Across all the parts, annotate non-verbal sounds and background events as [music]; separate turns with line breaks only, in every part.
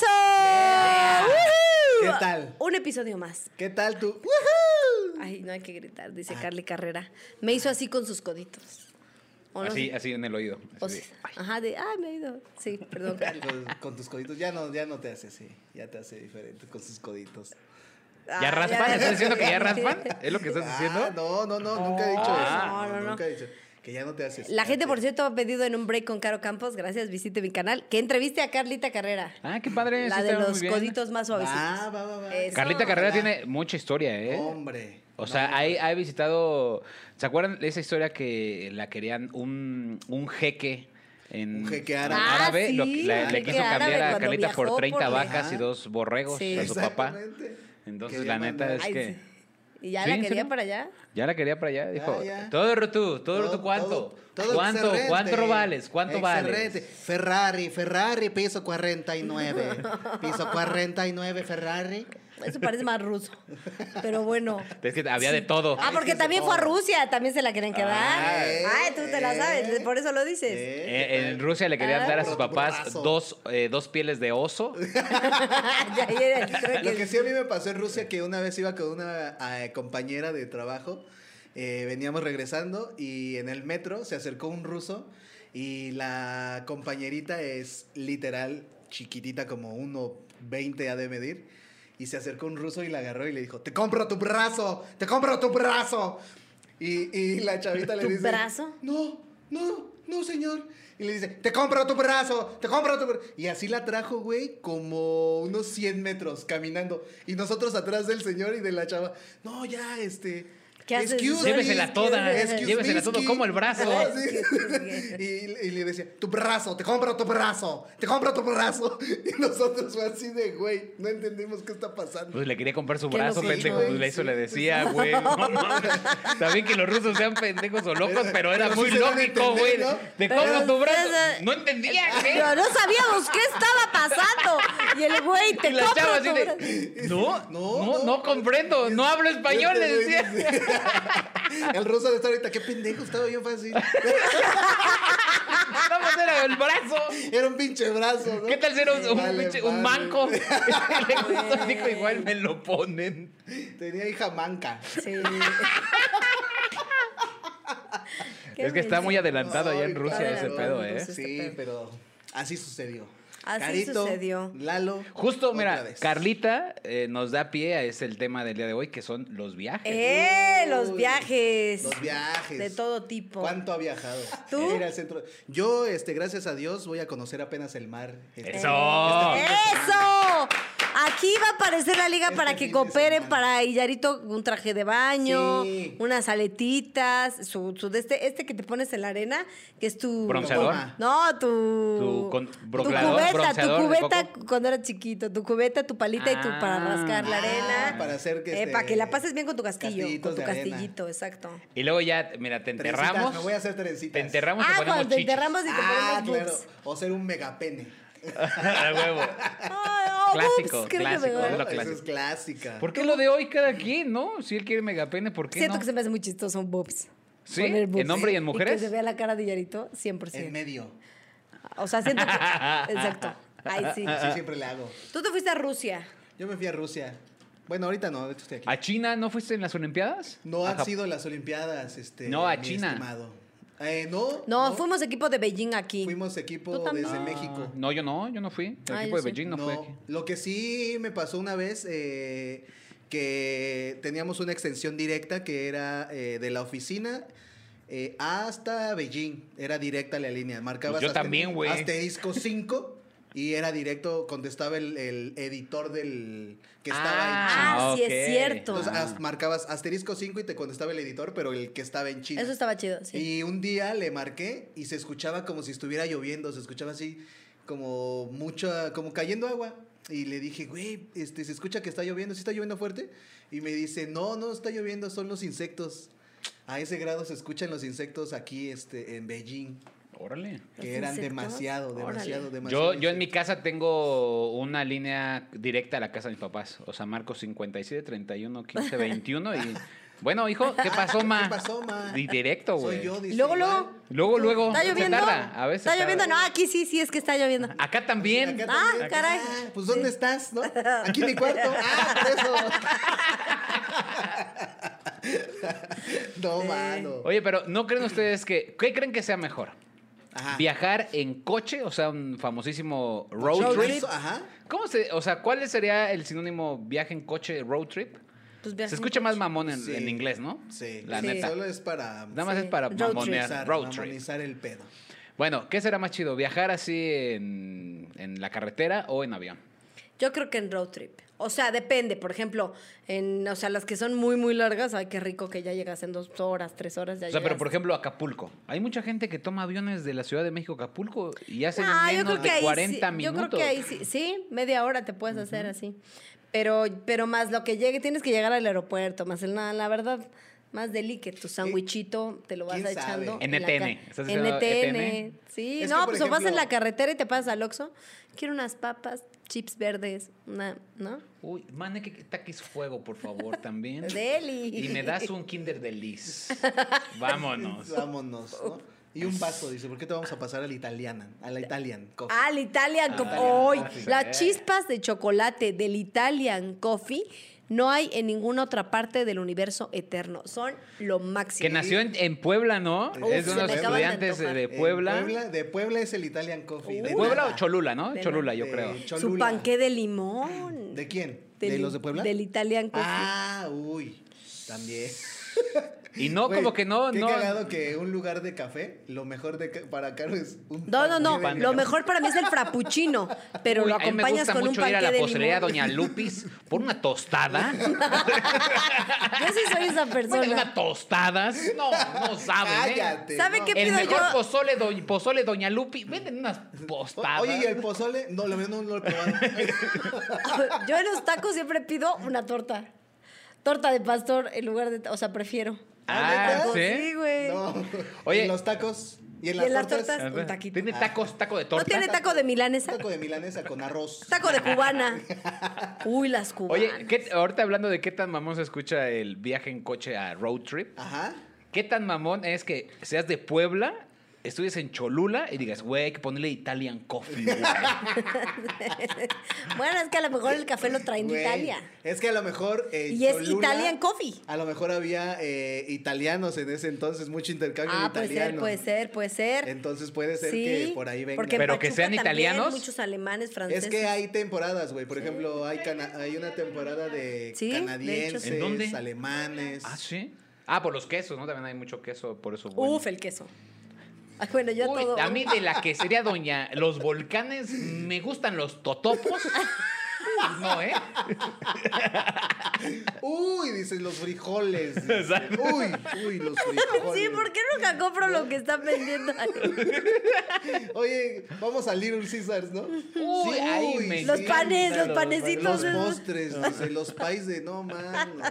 sabroso! ¡Woohoo!
¿Qué tal?
Un episodio más.
¿Qué tal tú? ¡Woohoo!
Ay, no hay que gritar, dice
Ah.
Carly Carrera. Me hizo así con sus coditos. ¿O no?
Así, así en el oído.
O
así de,
sea, ajá, de, ay, me ha ido. Sí, perdón, Carly.
Con, con tus coditos. Ya no, ya no te hace así. Ya te hace diferente con sus coditos.
[laughs]
Ah,
¿Ya raspan? ¿Estás diciendo
[laughs]
que ya raspan? ¿Es lo que estás diciendo?
Ah, no, no, no. Nunca he dicho eso.
No, no, no.
Nunca he dicho. Que ya no te haces.
La gente, por cierto, ha pedido en un break con Caro Campos, gracias, visite mi canal, que entreviste a Carlita Carrera.
Ah, qué padre.
La
sí
de
está muy
los
bien.
coditos más suavecitos.
Ah, va, va, va.
Eso.
Carlita
No,
Carrera
ojalá.
tiene mucha historia, ¿eh?
Hombre.
O sea, ha, ha visitado. ¿Se acuerdan de esa historia que la querían un, un jeque? En
Un jeque árabe.
Ah, sí,
lo- la, le
jeque
quiso
árabe
cambiar a
cuando
Carlita
viajó
por 30
por-
vacas
Ajá.
y dos borregos
Sí.
a su papá.
Exactamente.
Entonces,
Quería
la neta
mandar-
es
Ay,
pues que.
sí. ¿Y ya
Sí,
la
¿en
quería
serio?
para allá?
Ya la quería para allá. Dijo:
ya.
Todo Rutú, todo Rutú, ¿cuánto?
todo- todo
¿Cuánto?
excelente.
¿Cuánto vales? ¿Cuánto
Excelente.
vales?
Ferrari, Ferrari, piso 49. Piso 49, Ferrari.
Eso parece más
[laughs]
ruso. Pero bueno.
Es que había de todo.
Ah, porque
sí,
también
sí.
fue a Rusia, también se la quieren quedar.
Ah,
Ay, tú te la sabes,
eh,
por eso lo dices.
Eh,
Eh, en Rusia le querían
Ah.
dar a sus
Por tu
papás
brazo.
dos, eh, dos pieles de oso.
[laughs] Ya, ya, ya, creo
[laughs] Lo
que-
que sí a mí me pasó en Rusia que una vez iba con una eh, compañera de trabajo, eh, veníamos regresando y en el metro se acercó un ruso y la compañerita es literal chiquitita como 1.20 ha de medir. Y se acercó un ruso y la agarró y le dijo, te compro tu brazo, te compro tu brazo. Y, y la chavita le
¿Tu
dice,
brazo?
no, no, no, señor. Y le dice, te compro tu brazo, te compro tu brazo. Y así la trajo, güey, como unos 100 metros caminando. Y nosotros atrás del señor y de la chava, no, ya, este...
¿Qué haces?
excuse me,
Llévesela toda,
excuse
llévesela
me,
toda,
ski".
como el brazo.
Ajá, sí. [laughs] y, y le decía, tu brazo, te compro tu brazo, te compro tu brazo. [laughs] Y nosotros fue así de, güey, no entendemos qué está pasando.
Pues le quería comprar su
Qué
brazo,
loquito.
pendejo. Pues le hizo, le
[laughs]
decía, güey. No, mames. Está bien que los rusos sean pendejos o locos, pero era
pero
muy
sí se dan a
lógico, güey.
entender, ¿no?
De
Pero
cómo tu brazo.
ustedes-
[laughs] No entendía, ¿qué?
Pero no sabíamos qué estaba pasando. Y el güey te
Y la
compra
chava así
tu brazo.
de. No, no,
[laughs] No,
no,
no. este,
comprendo. No hablo español, le [laughs] decía.
[laughs] El ruso de estar ahorita, qué pendejo, estaba bien fácil. [laughs]
Nada más pues era el brazo.
Era un pinche brazo, ¿no?
¿Qué tal si era un, un
Vale,
pinche- un
madre. [laughs]
manco? [laughs] Le gustó, dijo, igual me lo ponen.
Tenía hija manca.
Sí. Qué
Es que está
menso.
muy adelantado allá en
Ay,
Rusia
claro,
ese
no,
pedo,
no
¿eh?
sé.
Sí, pero así sucedió.
Así sucedió.
Lalo.
Justo,
otra
mira,
vez.
Carlita eh, nos da pie a ese el tema del día de hoy, que son los viajes.
¡Eh! Los
Uy,
viajes.
Los viajes.
De todo tipo.
¿Cuánto ha viajado?
¿Tú?
Ir al centro. Yo, este, gracias a Dios, voy a conocer apenas el mar. Este-
¡Eso!
¡Eso! Aquí va a aparecer la liga
Este
para
fin
que
de
cooperen
semana.
para Illarito un traje de baño,
Sí.
unas aletitas, su, su de este, este que te pones en la arena, que es tu
Bronceador.
Toma.
No, tu
Tu con- broclador,
cubeta, tu
bronceador de
cubeta
coco.
cuando eras chiquito, tu cubeta, tu palita y tu para
Ah.
rascar la
Ah,
arena.
para hacer que
Eh,
este-
para que la pases bien con tu castillo,
castillitos
con tu
de arena.
castillito, exacto.
Y luego ya, mira, te
Trencitas,
enterramos.
Me voy a hacer trencitas.
Te enterramos y
Ah,
te ponemos
cuando te
chichis.
enterramos y te
Ah,
ponemos
claro.
boobs.
O ser un megapene.
[laughs] A huevo.
Ah, oh,
Clásico,
boobs, creo que
clásico,
mejor.
es lo
Eso
clásico.
es clásica.
¿Por qué lo de hoy cada quien, no? Si él quiere megapene, ¿por qué
Siento
no?
que se me hace muy chistoso boobs.
¿Sí?
Poner boobs.
¿En hombre y en
que
mujeres?
se vea la cara de Yarito,
En
100%.
medio.
O sea, siento que...
[laughs]
Exacto. Ay, sí.
Ah,
Así siempre le hago.
Tú te fuiste a Rusia.
Yo me fui a Rusia. Bueno, ahorita no, de hecho estoy aquí.
¿A China no fuiste en las Olimpiadas?
No
A
han
Jap-
sido las Olimpiadas, este.
No, a
mi
China.
estimado. Eh, no,
No, fuimos equipo de Beijing aquí.
Fuimos equipo
Tú también.
desde
Ah,
México.
No, yo no, yo no fui. El
Ah,
equipo
yo
de
sí.
Beijing no, fue aquí.
Lo que sí me pasó una vez eh, que teníamos una extensión directa que era eh, de la oficina. eh, hasta Beijing, era directa la línea. Marcabas
Pues yo
aste-
también, güey.
asterisco 5 y era directo, contestaba el, el editor del que estaba en China.
Ah, sí, es
ok.
cierto.
Entonces
Ah.
as- marcabas asterisco 5 y te contestaba el editor, pero el que estaba en China.
Eso estaba chido, sí.
Y un día le marqué y se escuchaba como si estuviera lloviendo, se escuchaba así como mucha, como cayendo agua. Y le dije, güey, este, se escucha que está lloviendo, ¿sí está lloviendo fuerte? Y me dice, no, no está lloviendo, son los insectos. A ese grado se escuchan los insectos aquí este, en Beijing,
Órale.
¿Los
que eran
insectos?
demasiado,
Órale.
demasiado, demasiado.
Yo, yo en mi
insectos.
casa tengo una línea directa a la casa de mis papás. O sea, marco 57, 31, 15, 21 y Bueno, hijo, ¿qué pasó, ma?
¿Qué pasó, ma?
Y directo, güey.
Soy yo, dice.
Luego,
igual.
luego.
Luego, luego.
¿Está
se
lloviendo?
tarda, a veces
¿Está
tarda.
lloviendo? No, aquí sí, sí, es que está lloviendo.
Acá también.
Acá
Ah,
también.
caray.
Ah, pues ¿dónde
[laughs]
estás? ¿No? Aquí en mi cuarto. Ah, por
[laughs]
eso. no, mano.
Oye, pero ¿no creen ustedes que... ¿Qué creen que sea mejor?
Ajá.
¿Viajar en coche? O sea, un famosísimo road,
Road
trip.
trip.
Ajá.
¿Cómo se...? O sea, ¿cuál sería el sinónimo viaje en coche, road trip?
Pues viaja
Se escucha más mamón en,
Sí.
en inglés, ¿no?
Sí.
La
Sí.
neta.
Solo es para
Nada más
Sí.
es para
Road trip.
mamonear.
mamonizar,
Road trip.
mamonizar el pedo.
Bueno, ¿qué será más chido? ¿Viajar así en, en la carretera o en avión?
Yo creo que en road trip. O sea, depende. Por ejemplo, en, o sea, las que son muy, muy largas, ay, qué rico que ya llegas en dos horas, tres horas. Ya
O sea, pero
llegas.
por ejemplo, Acapulco. Hay mucha gente que toma aviones de la Ciudad de México a Acapulco y hacen en
Ah, yo
menos
creo que
de
ahí
40
sí,
minutos.
Yo creo que ahí sí, sí, media hora te puedes hacer así. Pero, pero más lo que llegue, tienes que llegar al aeropuerto, más el nada, la verdad, más deli que
Eh,
tu sandwichito te lo vas
¿Quién sabe?
echando. en la
NTN,
ca-
¿estás diciendo
NTN.
ETN?
Sí,
Es que,
no,
por
pues o vas en
ejemplo-
la carretera y te pasas al Oxxo. Quiero unas papas, chips verdes, una, ¿no?
Uy, mane que taquis fuego, por favor, también.
[laughs] Deli.
Y me das un Kinder Delis.
[laughs]
[laughs]
Vámonos.
Vámonos, ¿no? Y un vaso, dice, ¿por qué te vamos a pasar al italiana? A la Italian coffee.
Ah,
Al Ah, Italian Coffee.
Italian
Hoy,
Coffee.
las chispas de chocolate del Italian Coffee no hay en ninguna otra parte del universo eterno. Son lo máximo.
Que nació en, en Puebla, ¿no?
Uf,
es de
se
unos
me acaban de
estudiantes de,
antojar.
En
Puebla.
Puebla. De Puebla es el Italian coffee. De
¿Puebla
nada.
o Cholula, no?
De
Cholula, yo
De
creo.
Su
Cholula.
panqué de limón.
¿De quién?
Del-
¿De los de Puebla?
Del Italian Coffee.
Ah, uy, también.
Y no,
Güey,
como que no,
Qué
no.
cagado que un lugar de café, lo mejor de ca- para Caro es un
No, no, no.
panqué de
Lo
limón.
mejor para mí es el frappuccino, pero
Uy,
lo
a mí me
acompañas
gusta
con un
mucho ir a la
panqué de
postelería
limón.
Doña Lupis por una tostada.
[laughs] Yo sí soy esa
Bueno,
persona.
una tostadas. No, no saben. ¿eh?
Cállate.
¿Sabe
no.
qué
El
pido
mejor
yo?
pozole, doña, pozole Doña Lupi. Venden
[laughs]
unas
O-
tostadas.
Oye, ¿y el pozole? No, lo no lo he probado.
[laughs] Yo en los tacos siempre pido una torta. Torta de pastor en lugar de. O sea, prefiero.
Ah,
¿neta?
¿sí?
[laughs] Sí, güey.
No.
Oye.
¿Y los tacos? ¿Y en
Y
las,
en las
tortas?
tortas, un taquito.
¿Tiene tacos, taco de torta?
No tiene taco de milanesa.
Taco de milanesa con arroz.
Taco de
[laughs]
cubana. Uy, las cubanas.
Oye, ¿qué- ahorita hablando de qué tan mamón se escucha el viaje en coche a road trip,
Ajá.
¿qué tan mamón es que seas de Puebla, estudies en Cholula y digas, güey, hay que ponerle Italian
[laughs]
coffee, güey? Ah,
Bueno, es que a lo mejor el café lo traen de
Güey,
Ah, Italia.
Es que a lo mejor. eh,
Y es
Cholula-
Italian coffee.
A lo mejor había eh, italianos en ese entonces, mucho intercambio de
Ah, puede ser,
italiano.
puede ser, puede ser.
Entonces puede ser que por ahí venga.
Porque en
Pero que
Pachuca
sean
también,
italianos.
Muchos alemanes, franceses.
es que hay temporadas, güey. Por ejemplo, hay, cana- hay una temporada de
Sí, de hecho,
canadienses,
sí.
¿En dónde?
alemanes.
¿Ah, sí? Ah, por los quesos, ¿no? También hay mucho queso, por eso. bueno.
Uf, el queso. Ay, Ah, bueno, yo
Uy,
todo.
a mí de la
[laughs]
que sería doña los volcanes me gustan los totopos. Uy, No, ¿eh?
Uy, dices los
[laughs]
frijoles. dice.
Exacto.
Uy, uy, los frijoles.
[laughs] Sí, ¿por qué nunca compro lo que están
[laughs]
vendiendo ahí?
Oye, vamos a Little Caesars, ¿no?
Uy, ahí me Ah.
Los
encantan
panes, los
los
panecitos.
Los
esos.
postres, dice, los pais de no mano.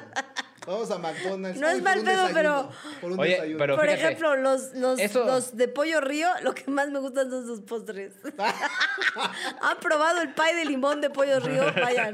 Vamos a McDonald's.
No es
Ay, por
mal
un
pedo,
desayuno,
pero-
Por un
Oye,
desayuno.
pero-
Por
fíjate,
ejemplo, los, los,
eso-
los de Pollo Río, lo que más me gustan son sus
[laughs]
postres. ¿Han probado el pie de limón de Pollo
[laughs]
Río? Vayan.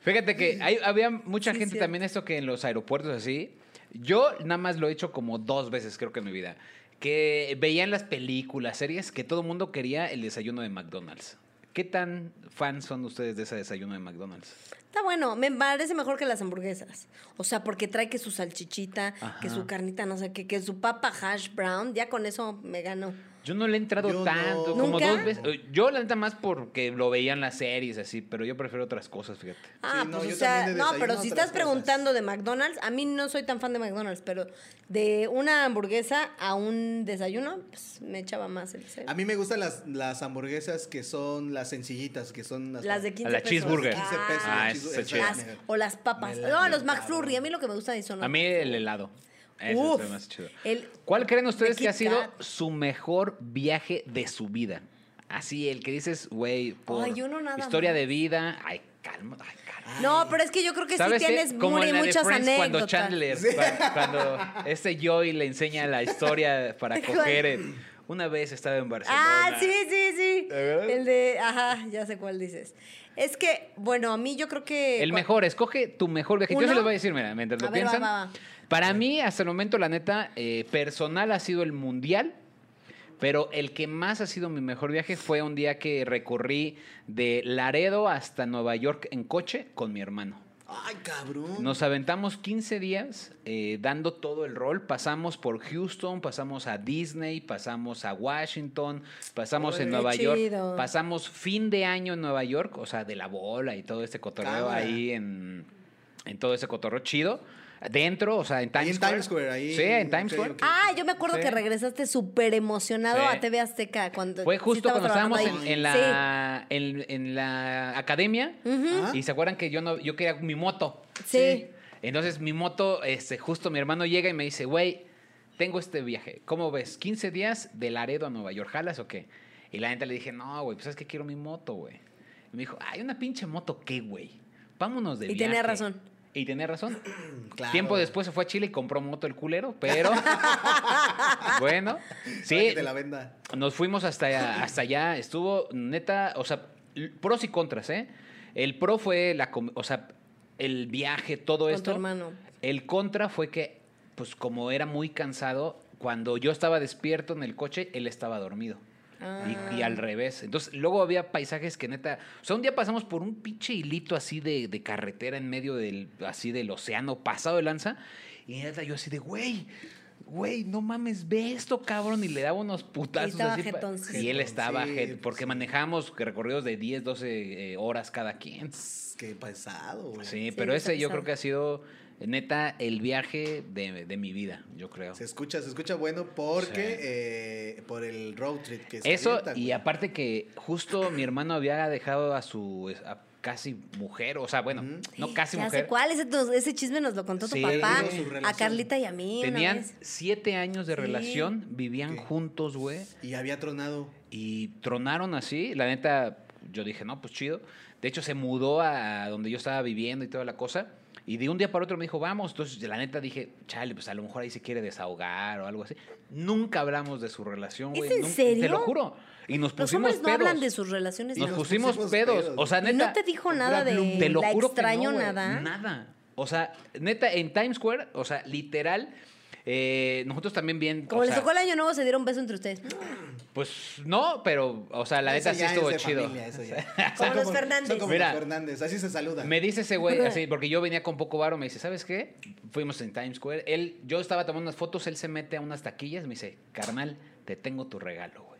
Fíjate que hay- había mucha
Sí,
gente
cierto.
también esto que en los aeropuertos así. Yo nada más lo he hecho como dos veces, creo que en mi vida. Que veían las películas, series, que todo el mundo quería el desayuno de McDonald's. ¿Qué tan fans son ustedes de ese desayuno de McDonald's?
Está bueno, me parece mejor que las hamburguesas. O sea, porque trae que su salchichita, que su carnita, no sé qué, que su papa hash brown, ya con eso me gano.
Yo no le he entrado
Yo
tanto,
no.
como
¿Nunca?
dos veces. Eh, Yo la neta más porque lo veían las series así, pero yo prefiero otras cosas, fíjate.
Ah,
Sí, no,
pues o
yo
sea,
también de
no, pero
desayuno
si
otras
estás
cosas.
preguntando de McDonald's, a mí no soy tan fan de McDonald's, pero de una hamburguesa a un desayuno, pues me echaba más el desayuno.
A mí me gustan las, las hamburguesas que son las sencillitas, que son las,
Las de 15
A la
pesos.
cheeseburger.
15 pesos.
Ah,
el cheese-
eso está
el
chido.
Las-
cheese-
o las papas.
Me la
No, los
retaron.
McFlurry. A mí lo que me gusta son los
A mí el helado. Ese
Uf,
es el más chido.
el-
¿Cuál creen
el
ustedes que ha
Kit
sido
Kat.
su mejor viaje de su vida? Así, el que dices, güey, por
Ay, uno nada
historia
más.
de vida. Ay, calma, ay, calma.
No, pero es que yo creo que sí
qué?
tienes
Como
muy-
en la de
muchas
Friends, cuando
anécdotas.
Chandler, cua- cuando este Joey le enseña la historia
[laughs]
para coger. el- Una vez estaba en Barcelona.
Ah, sí, sí, sí.
¿De verdad?
El de, ajá, ya sé cuál dices. Es que, bueno, a mí yo creo que...
El
cua-
mejor, escoge tu mejor viaje. Yo
¿Uno?
se los voy a decir, mira, mientras lo
A ver, va,
piensan.
va, va.
Para mí, hasta el momento, la neta, eh, personal ha sido el mundial. Pero el que más ha sido mi mejor viaje fue un día que recorrí de Laredo hasta Nueva York en coche con mi hermano.
Ay, cabrón.
Nos aventamos 15 días eh, dando todo el rol. Pasamos por Houston, pasamos a Disney, pasamos a Washington, pasamos
Órale,
en Nueva
chido.
York, pasamos fin de año en Nueva York, o sea, de la bola y todo este cotorreo
Cámara.
ahí en, en todo ese cotorreo chido. Dentro, o sea, en Times
Ahí en
Square.
Times Square, ahí.
Sí, en Times
Ok,
Square.
ok.
Ah, yo me acuerdo
Sí.
que regresaste súper emocionado
Sí.
a TV Azteca. Cuando,
Fue
sí
justo cuando
trabajando
estábamos en,
ahí.
en la, en, en la academia
Ajá.
y se acuerdan que yo no yo quería mi moto.
Sí. sí.
Entonces mi moto, este, justo mi hermano llega y me dice, güey, tengo este viaje. ¿Cómo ves? 15 días de Laredo a Nueva York, ¿jalas o qué? Y la gente le dije, no, güey, pues es que quiero mi moto, güey. Y me dijo, hay una pinche moto, ¿qué, güey? Vámonos de
Y
viaje.
tenía razón.
Y tenía razón.
Claro.
Tiempo después se fue a Chile y compró moto el culero, pero... [laughs] bueno,
Para
sí,
que te la venda.
nos fuimos hasta allá, hasta allá. Estuvo neta, o sea, l- pros y contras, ¿eh? El pro fue la, com- o sea, el viaje, todo
Con tu
esto.
hermano.
El contra fue que, pues como era muy cansado, cuando yo estaba despierto en el coche, él estaba dormido. Y, y
Ah.
al revés. Entonces, luego había paisajes que neta. O sea, un día pasamos por un pinche hilito así de, de carretera en medio del, así del océano, pasado de lanza. Y neta, yo así de, güey, güey, no mames, ve esto, cabrón. Y le daba unos putazos
estaba
así. pa-
jetoncito.
Y él estaba,
Sí,
jet-
pues
porque
sí.
manejábamos recorridos de 10, 12 eh, horas cada quien.
Tss, Qué pesado, güey.
Sí,
Sí,
pero
está
ese yo
pesado.
creo que ha sido, neta, el viaje de, de mi vida, yo creo.
Se escucha, se escucha bueno porque
Sí.
eh, por el road trip que se
Eso,
avientan,
y
güey.
aparte que justo mi hermano había dejado a su a casi mujer, o sea, bueno,
Ujú.
no casi
Ya sé
mujer.
cuál, ese, nos- ese chisme nos lo contó tu
Sí.
papá,
Su relación.
a Carlita y a mí. una
Tenían
vez.
siete años de
Sí.
relación, vivían
Ok.
juntos, güey,
Y había tronado.
y tronaron así. La neta, yo dije, no, pues chido. De hecho, se mudó a donde yo estaba viviendo y toda la cosa. Y de un día para otro me dijo, vamos. Entonces, la neta dije, chale, pues a lo mejor ahí se quiere desahogar o algo así. Nunca hablamos de su relación,
¿Es
güey.
en
nunca- Te
serio?
lo juro. Y nos
Los
pusimos
hombres no hablan
pedos.
de sus relaciones.
Nos
nos
¿no?
pusimos,
pusimos
pedos.
pedos.
O sea,
¿Y
neta.
no te dijo
con
nada
pura
de
pluma. Te lo
la
juro que no,
extraño
güey.
nada?
Nada. O sea, neta, en Times Square, o sea, literal, eh, nosotros también bien.
Como
o
les
sea,
tocó el año nuevo, se dieron beso entre ustedes.
Pues no, pero, o sea, la
Eso
neta sí
ya es
estuvo
de
chido.
familia, eso
[laughs]
ya.
Como
Son
los
son
Fernández.
como
Mira.
los Fernández, así se saluda.
Me dice ese güey,
[laughs]
así, porque yo venía con poco varo, me dice, ¿sabes qué? Fuimos en Times Square, él, yo estaba tomando unas fotos, él se mete a unas taquillas, me dice, carnal, te tengo tu regalo, güey.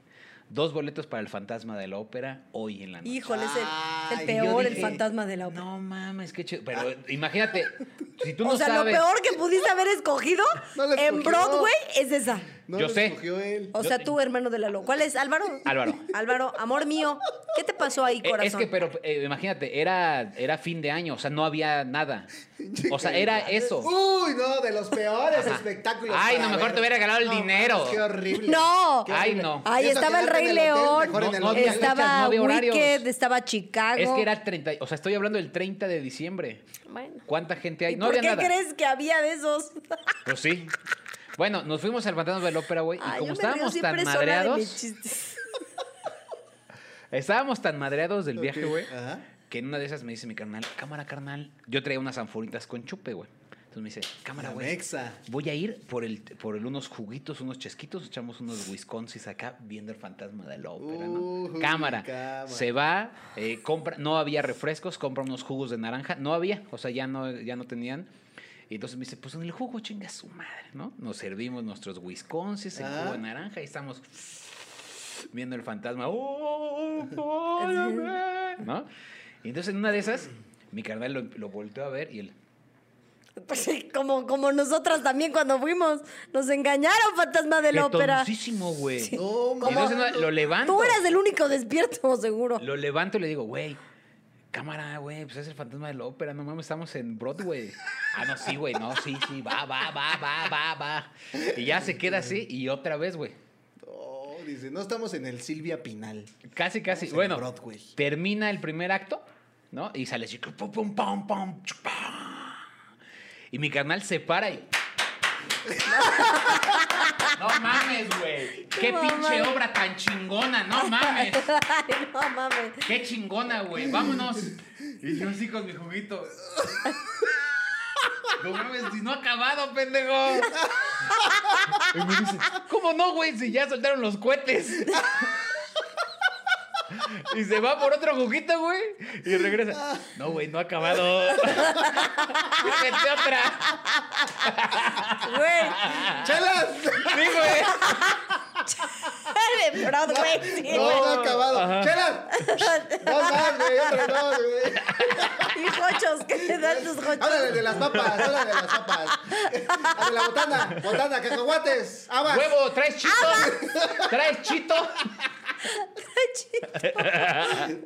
Dos boletos para el fantasma de la ópera hoy en la noche.
Híjole, es el,
Ay,
el
yo
peor, el
dije,
fantasma de la ópera.
No mames, qué chido. Pero imagínate, si tú no
o sea,
sabes.
lo peor que pudiste haber escogido
No la
en
escogió.
Broadway es esa.
No
yo
lo
sé.
escogió él.
O sea, tú, hermano de Lalo. ¿Cuál es? Álvaro.
Álvaro.
Álvaro, amor mío. ¿Qué te pasó ahí,
Eh,
corazón?
Es que, pero eh, imagínate, era, era fin de año, o sea, no
[laughs]
había nada. O sea, era eso.
Uy, no, de los peores espectáculos.
Ay,
para
no, mejor
ver.
te hubiera regalado el
No,
dinero.
mames, Qué horrible.
No.
Qué
Ay,
horrible.
no.
Ahí
Eso,
estaba el
quédate
Rey
en hotel,
León.
mejor en
No,
el
no
hotel.
había
estaba
fechas, no había horarios.
Wicked, estaba Chicago.
Es que era 30, o sea, estoy hablando del 30 de diciembre.
Bueno.
¿Cuánta gente hay?
¿Y
No
¿Por
había
qué
nada.
crees que había de esos?
Pues sí. Bueno, nos fuimos al Fantasma de la
[laughs]
Ópera, güey, y
Ay, yo me río
como estábamos tan
siempre sola de mis
madreados,
chistes. [laughs]
estábamos tan madreados del viaje,
Ok,
güey,
ajá.
que en una de esas me dice mi carnal, cámara, carnal. Yo traía unas anforitas con chupe, güey. Entonces me dice, cámara,
La
güey.
Mexa.
Voy a ir por el, por el unos juguitos, unos chesquitos, echamos unos Wisconsin acá viendo el fantasma de la ópera, ¿no?
Uy,
cámara.
cámara.
Se va, eh, compra, no había refrescos, compra unos jugos de naranja, no había, o sea, ya no, ya no tenían. Y entonces me dice, pues en el jugo chinga su madre, ¿no? Nos servimos nuestros Wisconsin, el
Ah.
jugo de naranja y estamos viendo el fantasma. ¡Oh,
[laughs]
oh, hola, güey! ¿No? Y entonces en una de esas, mi carnal lo, lo volteó a ver y él...
Pues, como, como nosotras también cuando fuimos. Nos engañaron, fantasma de la ópera.
"Jetoncísimo, güey.
No,
Y entonces
mames.
no, lo levanto.
Tú eras el único despierto, [laughs] seguro.
Lo levanto y le digo, güey, cámara, güey, pues es el fantasma de la ópera, no mames, estamos en Broadway. Ah, no, sí, güey, no, sí, sí, va, va, va, va, va, va. Y ya se queda así y otra vez, güey.
Oh, dice, no estamos en el Silvia Pinal.
Casi, casi.
Estamos en
Bueno,
Broadway.
termina el primer acto, ¿no? Y sale así, pum, pum, pum, pum, chu, pa. Y mi canal se
[laughs]
para y. No mames, güey. Qué
No
pinche
mames.
obra tan chingona, no mames.
Ay, no mames.
¡Qué chingona, güey! ¡Vámonos! Y yo así con mi juguito. No mames, si no ha acabado, pendejo. Y me dice, ¿cómo no, güey? Si ya soltaron los cohetes. Y se va por otro juguito, güey. Y regresa. No, güey, no ha acabado. Fíjate otra. [laughs]
Güey,
¡Chelas!
[laughs]
Sí, güey.
de Broadway. sí,
No,
güey.
no ha acabado.
Ajá.
¡Chelas!
[laughs]
No más, güey, otra no, güey.
Y jochos, ¿qué te dan tus jochos?
Háblale de las papas, háblale de las papas. Háblale de la botana, botana, cacahuates, habas.
Huevo, traes chito. Traes chito.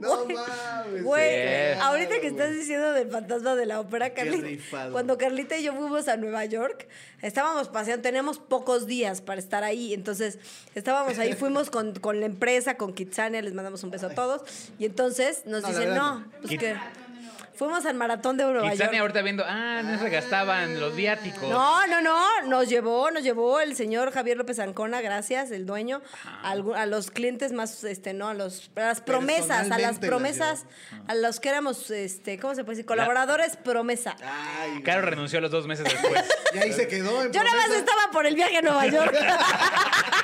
No
[laughs]
mames.
Güey,
Sí.
ahorita que estás diciendo del fantasma de la ópera, Carlita,
rifado.
cuando Carlita y yo fuimos a Nueva York, estábamos paseando, tenemos pocos días para estar ahí, entonces estábamos ahí, fuimos con, con la empresa, con Kitsania, les mandamos un beso a todos, y entonces nos
No, la
dicen,
verdad
no, pues que fuimos al maratón de Nueva York.
Kitsania ahorita viendo, ah, no se gastaban los viáticos.
No, no, no, nos llevó, nos llevó el señor Javier López Ancona, gracias, el dueño, a, algu- a los clientes más, este, no, a, los, a las promesas, a las
Personalmente las
promesas, a los que éramos, este, ¿cómo se puede decir? Colaboradores promesa.
Ay, güey.
Caro renunció a los dos meses después.
Y ahí se quedó. en
Yo nada más
promesa.
estaba por el viaje a Nueva
[laughs]
York.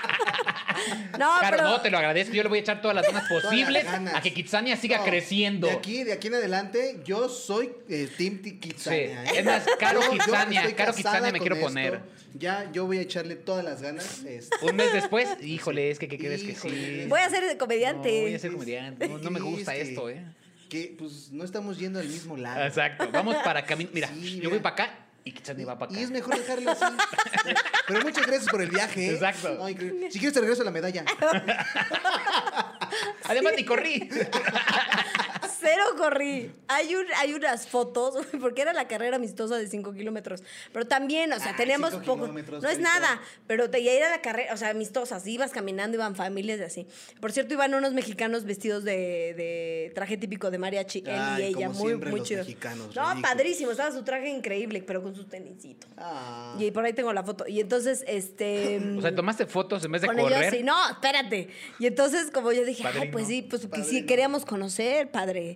[laughs] no,
Caro,
pero...
no, te lo agradezco. Yo le voy a echar
[laughs]
todas las ganas
Ah, las
posibles
ganas.
a que Kitsania siga
No,
creciendo.
De aquí, de aquí en adelante, yo soy eh, Team Ti- Kitsania.
Sí.
¿eh?
Es más, Caro
Yo- yo
Kitsania,
estoy
Caro
casada
Kitsania me
con
quiero
esto.
poner.
Ya, yo voy a echarle todas las ganas. este,
Un
[laughs]
mes después, híjole, es que ¿qué crees que
Híjole.
sí?
Voy a ser comediante.
No, voy a ser comediante. No, no me gusta
triste.
esto, ¿eh?
Que pues no estamos yendo al mismo lado.
Exacto. Vamos
[laughs]
para camino. Mira,
Sí,
yo
mira.
voy para acá y Kitsania va para acá.
Y es mejor dejarlo así. [laughs] Pero muchas gracias por el viaje. ¿eh?
Exacto.
No, increíble. si quieres te regreso
[laughs]
la medalla.
Además, ni corrí.
Cero corrí. Hay, un, hay unas fotos, [laughs] güey, porque era la carrera amistosa de 5 kilómetros. Pero también, o sea,
Ah,
teníamos
cinco
poco.
kilómetros,
No es
Carito.
nada, pero te, ya era la carrera, o sea, amistosas. Ibas caminando, iban familias y así. Por cierto, iban unos mexicanos vestidos de, de traje típico de mariachi, él y
Ay,
ella.
como
muy,
siempre
muy
los
chido.
mexicanos,
no,
ridículos.
padrísimo. Estaba su traje increíble, pero con su tenisito.
Ah.
Y por ahí tengo la foto. Y entonces, este.
[laughs] O sea, tomaste fotos en vez de
Con ellos sí,
correr.
no, espérate. Y entonces, como yo dije, ay,
Padrino.
pues sí, pues que sí,
Padrino.
queríamos conocer, padre.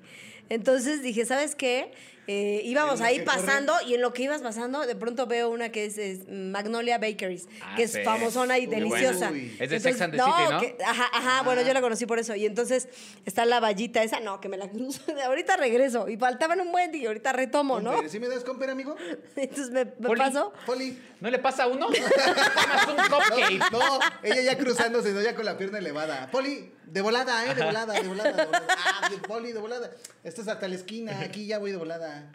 Entonces dije, ¿sabes qué? Eh, íbamos
En lo
ahí
que
pasando y en lo que ibas pasando, de pronto veo una que es, es Magnolia Bakeries,
Ah,
que es
sí.
famosona y
Muy buena.
deliciosa.
Uy.
Es de Sex and the City, ¿no? Ah.
que- ajá, ajá, bueno, yo la conocí por eso. Y entonces está la vallita esa, no, que me la cruzo. [laughs] Ahorita regreso. Y faltaban un buen día y ahorita retomo, ¿no?
Comper, ¿Sí me das comper, amigo?
[laughs] Entonces me, me
Poli.
paso.
Poli.
¿No le pasa a uno? [laughs] Tomas un cupcake.
[laughs] No, ella ya cruzándose, ¿no? ya con la pierna elevada. Poli, de volada, ¿eh? De volada, de volada, de volada. Ah, de- Poli, de volada. Esto es hasta la esquina, aquí ya voy de volada.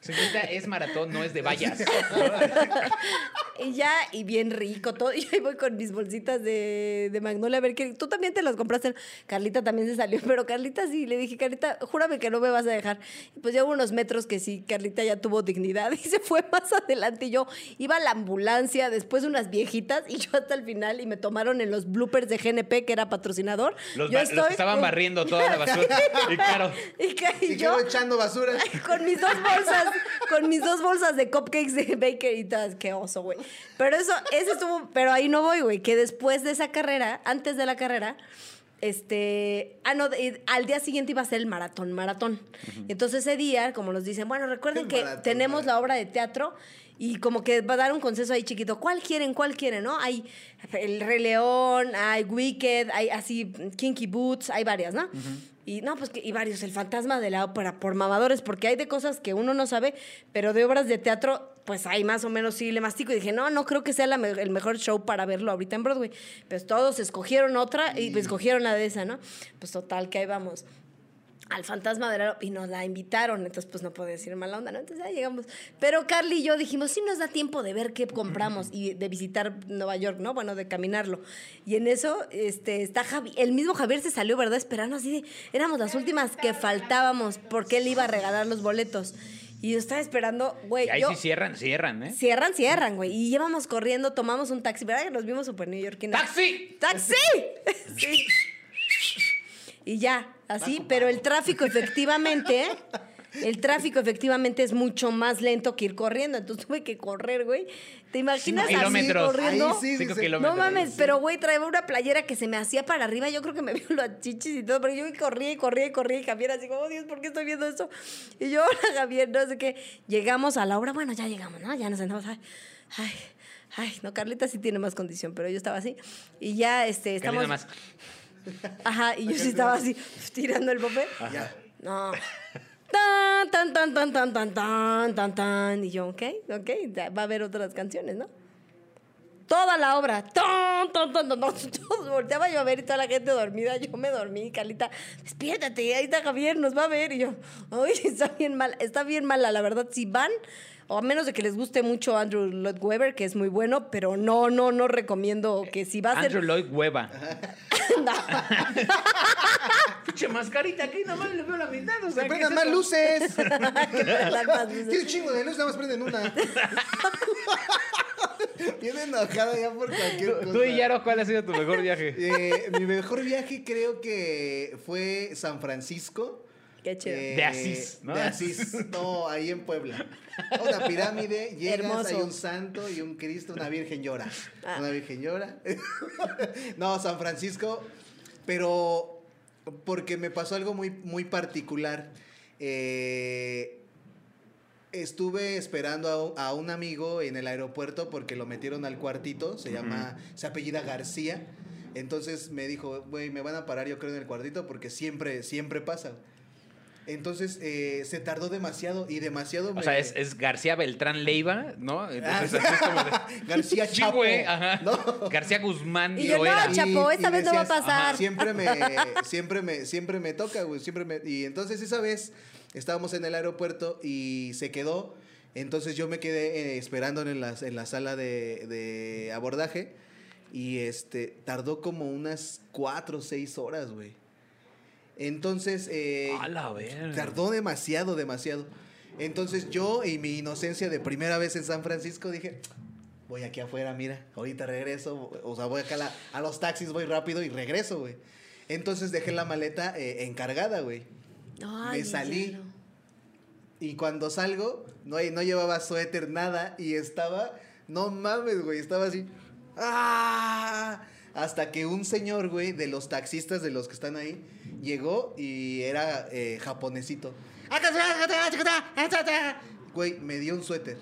Señorita, es maratón, no es de vallas.
Y ya, y bien rico todo. [laughs] Y ahí voy con mis bolsitas de, de Magnolia. A ver, que tú también te las compraste. Carlita también se salió, [laughs] pero Carlita sí. Le dije, Carlita, júrame que no me vas a dejar. Y pues ya hubo unos metros que sí, Carlita ya tuvo dignidad [laughs] y se fue más adelante. Y yo iba a la ambulancia, después unas viejitas, y yo hasta el final. Y me tomaron en los bloopers de GNP, que era patrocinador.
Los,
yo
ba- los que
[laughs]
estaban barriendo toda la
[laughs]
basura. Y claro,
Y, que- y
Y
yo
quedo
[laughs]
echando basura.
con mis dos bolsas, con mis dos bolsas de cupcakes de baker y todas, qué oso, güey. Pero eso, eso estuvo, pero ahí no voy, güey, que después de esa carrera, antes de la carrera, este, ah, no, de- al día siguiente iba a ser el maratón, maratón. Y entonces ese día, como nos dicen, bueno, recuerden
El
que
maratón,
tenemos la
maratón.
obra de teatro y como que va a dar un consenso ahí chiquito, ¿cuál quieren, cuál quieren, no? Hay El Rey León, hay Wicked, hay así Kinky Boots, hay varias, ¿no? Y no, pues que, y varios, el fantasma de la ópera, por mamadores, porque hay de cosas que uno no sabe, pero de obras de teatro, pues hay más o menos sí le mastico. Y dije, no, no creo que sea la me- el mejor show para verlo ahorita en Broadway. Pues todos escogieron otra y pues, escogieron la de esa, ¿no? Pues total, que ahí vamos al fantasma de la y nos la invitaron, entonces pues no puedo decir mala onda, ¿no? Entonces ya llegamos. Pero Carly y yo dijimos, sí nos da tiempo de ver qué compramos y de visitar Nueva York, ¿no? Bueno, de caminarlo. Y en eso este, está Javi, el mismo Javier se salió, ¿verdad? Esperando así de, éramos las últimas que faltábamos porque él iba a regalar los boletos. Y yo estaba esperando, güey,
y ahí
yo...
sí cierran, cierran, ¿eh?
Cierran, cierran, güey. Y íbamos corriendo, tomamos un taxi. ¿Verdad que nos vimos super neoyorquinos?
¡Taxi!
¡Taxi! [laughs] Sí. Y ya, así, pero el tráfico efectivamente el tráfico efectivamente es mucho más lento que ir corriendo. Entonces tuve que correr, güey. ¿Te imaginas así
Cinco kilómetros.
corriendo?
Ahí sí,
Cinco
sí, sí.
No
kilómetros.
mames, pero güey, traía una playera que se me hacía para arriba. Yo creo que me vio los chichis y todo, pero yo corría y corría y corría y Javier así como, "Oh, Dios, ¿por qué estoy viendo eso? Y yo, hola, Javier, no sé qué. Llegamos a la obra, bueno, ya llegamos, ¿no? Ya nos sentamos. Ay, ay, ay, no, Carlita sí tiene más condición, pero yo estaba así. Y ya, este,
Carlita
estamos...
más.
Ajá, y yo sí estaba así tirando el papel.
Ya.
No. Tan, tan, tan, tan, tan, tan, tan, tan, tan. Y yo, ok, ok, ya va a haber otras canciones, ¿no? Toda la obra. Tan, tan, tan, tan, tan. Todos volteaba [laughs] yo a ver y toda la gente dormida. Yo me dormí, Carlita. Despiértate, ahí está Javier, nos va a ver. Y yo, ay, [laughs] está bien mal, está bien mala, la verdad. Si van, o a menos de que les guste mucho Andrew Lloyd Webber, que es muy bueno, pero no, no, no recomiendo que si va a [laughs]
Andrew
ser.
Lloyd Hueva.
No.
Pinche mascarita aquí, nomás le veo la mitad. O sea,
¡Que
¿qué
prendan más
es eso? [laughs]
luces!
[laughs] Las
[laughs]
más luces.
Tiene un chingo de luz, nada más prenden una. [laughs] Viene enojada ya por cualquier cosa.
Tú y Yaro, ¿cuál ha sido tu mejor
[laughs]
viaje?
Eh, mi mejor viaje creo que fue San Francisco.
Qué chido.
Eh,
De Asís, ¿no?
De Asís. No, ahí en Puebla.
[laughs]
Una pirámide, llegas,
Hermoso.
hay un santo y un Cristo, una virgen llora.
Ah.
Una virgen llora. [laughs] no, San Francisco, pero porque me pasó algo muy, muy particular. Eh, estuve esperando a un, a un amigo en el aeropuerto porque lo metieron al cuartito, se llama, se apellida García. Entonces me dijo, güey, me van a parar yo creo en el cuartito porque siempre, siempre pasa. Entonces eh, se tardó demasiado y demasiado.
O
me- Ah,
sea, es, es García Beltrán Leiva, ¿no? Entonces, así es como de-
[laughs] García
Sí,
Chapo.
güey, ajá.
¿no?
[laughs] García Guzmán
Y yo, no,
Loera.
Ah, Chapo, esta vez no va a pasar.
"Ajá,
[laughs]
Siempre me, siempre me, siempre me toca, güey. Siempre me. Y entonces esa vez estábamos en el aeropuerto y se quedó. Entonces yo me quedé eh, esperando en la, en la sala de, de abordaje. Y este. Tardó como unas cuatro o seis horas, güey. Entonces. eh,
A la verga.
Tardó demasiado, demasiado. Entonces yo y mi inocencia de primera vez en San Francisco dije, voy aquí afuera, mira, ahorita regreso, o sea, voy acá a, la- a los taxis, voy rápido y regreso, güey. Entonces dejé la maleta eh, encargada, güey.
Ay,
me salí.
hielo.
Y cuando salgo, no, hay- no llevaba suéter, nada, y estaba, no mames, güey, estaba así, ¡ah! Hasta que un señor, güey, de los taxistas, de los que están ahí, llegó y era eh, japonesito. Güey, me dio un suéter.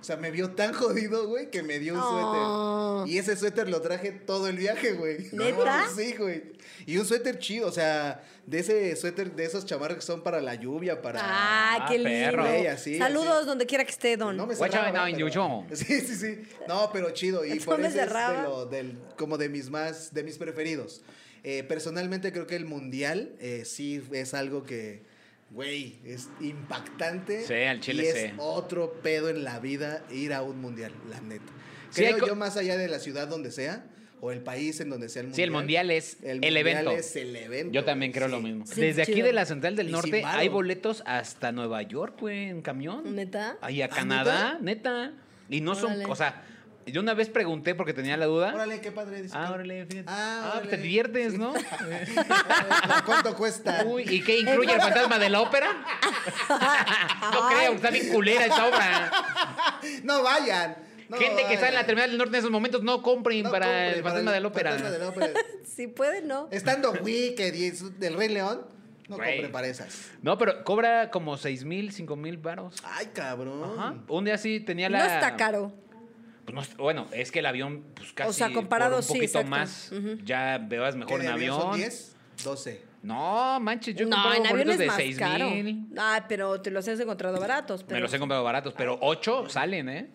O sea, me vio tan jodido, güey, que me dio un
Oh.
suéter. Y ese suéter lo traje todo el viaje,
[laughs]
güey.
¿Neta?
Sí, güey. Y un suéter chido, o sea, de ese suéter, de esos chamarros que son para la lluvia, para...
Ah,
Ah,
qué
perro.
lindo.
Ey, así,
Saludos
así.
donde quiera que esté, Don.
No me
Guacha,
cerraba,
no,
pero-
individuo.
[laughs] Sí, sí, sí. No, pero chido.
[laughs]
Y
No
por
me
eso es de
cerraba.
lo- del- como de mis más, de mis preferidos. Eh, personalmente creo que el mundial eh, sí es algo que, güey, es impactante.
Sí, al chile
y es
sí.
otro pedo en la vida ir a un mundial, la neta.
Sí, hay
Creo
co-
yo más allá de la ciudad donde sea o el país en donde sea el mundial.
Sí, el mundial es el,
mundial
evento.
es el evento.
Yo también creo
sí.
lo mismo.
Sí,
Desde aquí
chido.
de la Central del
Y
Norte
sin varo.
hay boletos hasta Nueva York, güey, en camión.
¿Neta?
Ahí a
¿neta?
Canadá, ¿Ah, neta? Y no
Órale.
son, o sea, yo una vez pregunté porque tenía la duda.
Órale, qué padre. dice
Ah,
que-
órale, fíjate.
Ah,
Ah,
órale.
te diviertes, ¿no?
[laughs] ¿Cuánto cuesta?
Uy, ¿y qué incluye el fantasma de la
[laughs]
ópera? No creo, está bien culera esta obra.
No vayan. no
Gente que está en la
vayan.
terminal del norte en esos momentos no compren
No
para
compren
el fantasma de la ópera.
Fantasma de la ópera.
Si puede, no.
Eh,
Estando Wicked y es- del Rey León, no
Güey.
compren para esas.
No, pero cobra como 6 mil, 5 mil varos.
Ay, cabrón.
Ajá. Un día sí tenía la.
No está caro.
Pues no está- bueno, es que el avión, pues casi.
sea,
por
comparado,
un
sí,
poquito
exacto.
más. Ya veas
¿Qué
mejor
de
en
avión
avión.
son 10? 12.
No, manches, yo he
no,
comprado
en avión
boletos
es
de
más
6
caro.
mil.
Ah, pero te los has encontrado baratos. Pero,
Me los he comprado baratos, pero 8 salen, ¿eh?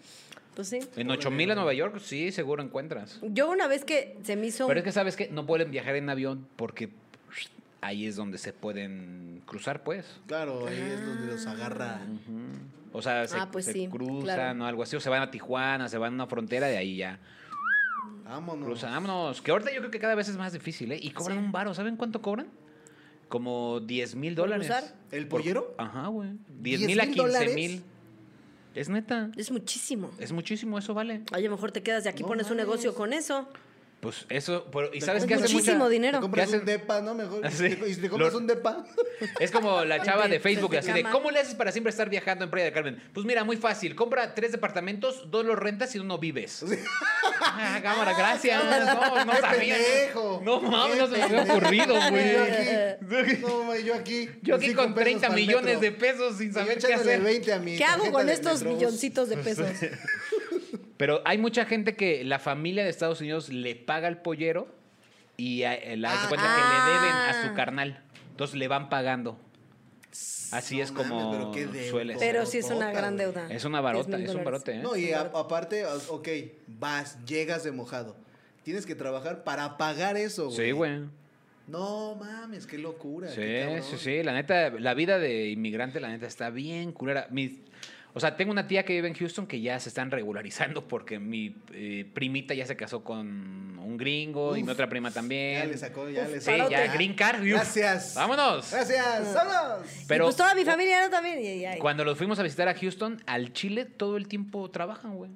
Pues sí.
En 8 mil a Nueva York, sí, seguro encuentras.
Yo una vez que se me hizo.
Pero es que sabes que no pueden viajar en avión porque ahí es donde se pueden cruzar, pues.
Claro, ahí es donde los agarra.
O sea, se,
Ah, pues
se
sí,
cruzan
claro.
o algo así, o se van a Tijuana, se van a una frontera, de ahí ya.
Vámonos.
Cruzan, vámonos. Que ahorita yo creo que cada vez es más difícil, ¿eh? Y cobran
Sí.
un varo, ¿saben cuánto cobran? Como 10 mil
¿Por
dólares.
cruzar?
¿El
Por-
pollero?
Ajá, güey. 10 mil
10,000
a 15
dólares.
mil. Es neta.
Es muchísimo.
Es muchísimo, eso vale.
Oye, mejor te quedas de aquí,
No
pones un
mames.
negocio con eso.
Pues eso, pero- y
Te
sabes
compras
que hace
muchísimo
mucha-
Te
dinero.
compras
¿Qué
un
hacen?
depa, ¿no? Mejor.
Ah, sí.
Y te- Y te compras
Lo-
un depa.
Es como la chava de
Desde-
Facebook,
desde
así de,
cama.
¿cómo le haces para siempre estar viajando en Playa del Carmen? Pues mira, muy fácil. Compra tres departamentos, dos los rentas y uno vives. Ah, cámara, gracias. No, [laughs] no
Ah, ¡Qué
sabía.
pendejo!
No mames,
¡Qué
no se me había
pendejo!
ocurrido,
Yo
güey.
aquí. No, güey, yo aquí.
Yo aquí
cinco
con
pesos
30
pa'l
millones
metro.
de pesos sin
Y yo
saber qué
echándole
hacer.
20 a mi
¿Qué hago
tarjeta
con
de Pues,
estos
Metrobús?
milloncitos
[laughs]
de pesos?
Pero hay mucha gente que la familia de Estados Unidos le paga al pollero y a- eh, la hace
Ah.
cuenta que le deben a su
Ah.
carnal. Entonces le van pagando. Así
No
es como
mames, pero qué deuda.
suele ser.
Pero sí es una
Bota,
gran
güey.
deuda.
Es una barota,
10,000
es un
dólares.
barote, ¿eh?
No, y a- aparte, as- ok, vas, llegas de mojado. Tienes que trabajar para pagar eso, güey.
Sí, güey.
No mames, qué locura.
Sí,
qué cabrón.
sí, sí. La neta, la vida de inmigrante, la neta, está bien culera. Mi- o sea, tengo una tía que vive en Houston que ya se están regularizando porque mi eh, primita ya se casó con un gringo y mi
Uf,
otra prima
Ya
también.
le sacó, ya
Uf,
le
Sí,
sacó.
ya, Green Card. uf.
Gracias.
Vámonos.
Gracias,
Ah.
vámonos.
Pero,
Pero
pues toda mi familia era también. y- y- y-
cuando los fuimos a visitar a Houston, al Chile todo el tiempo trabajan, güey.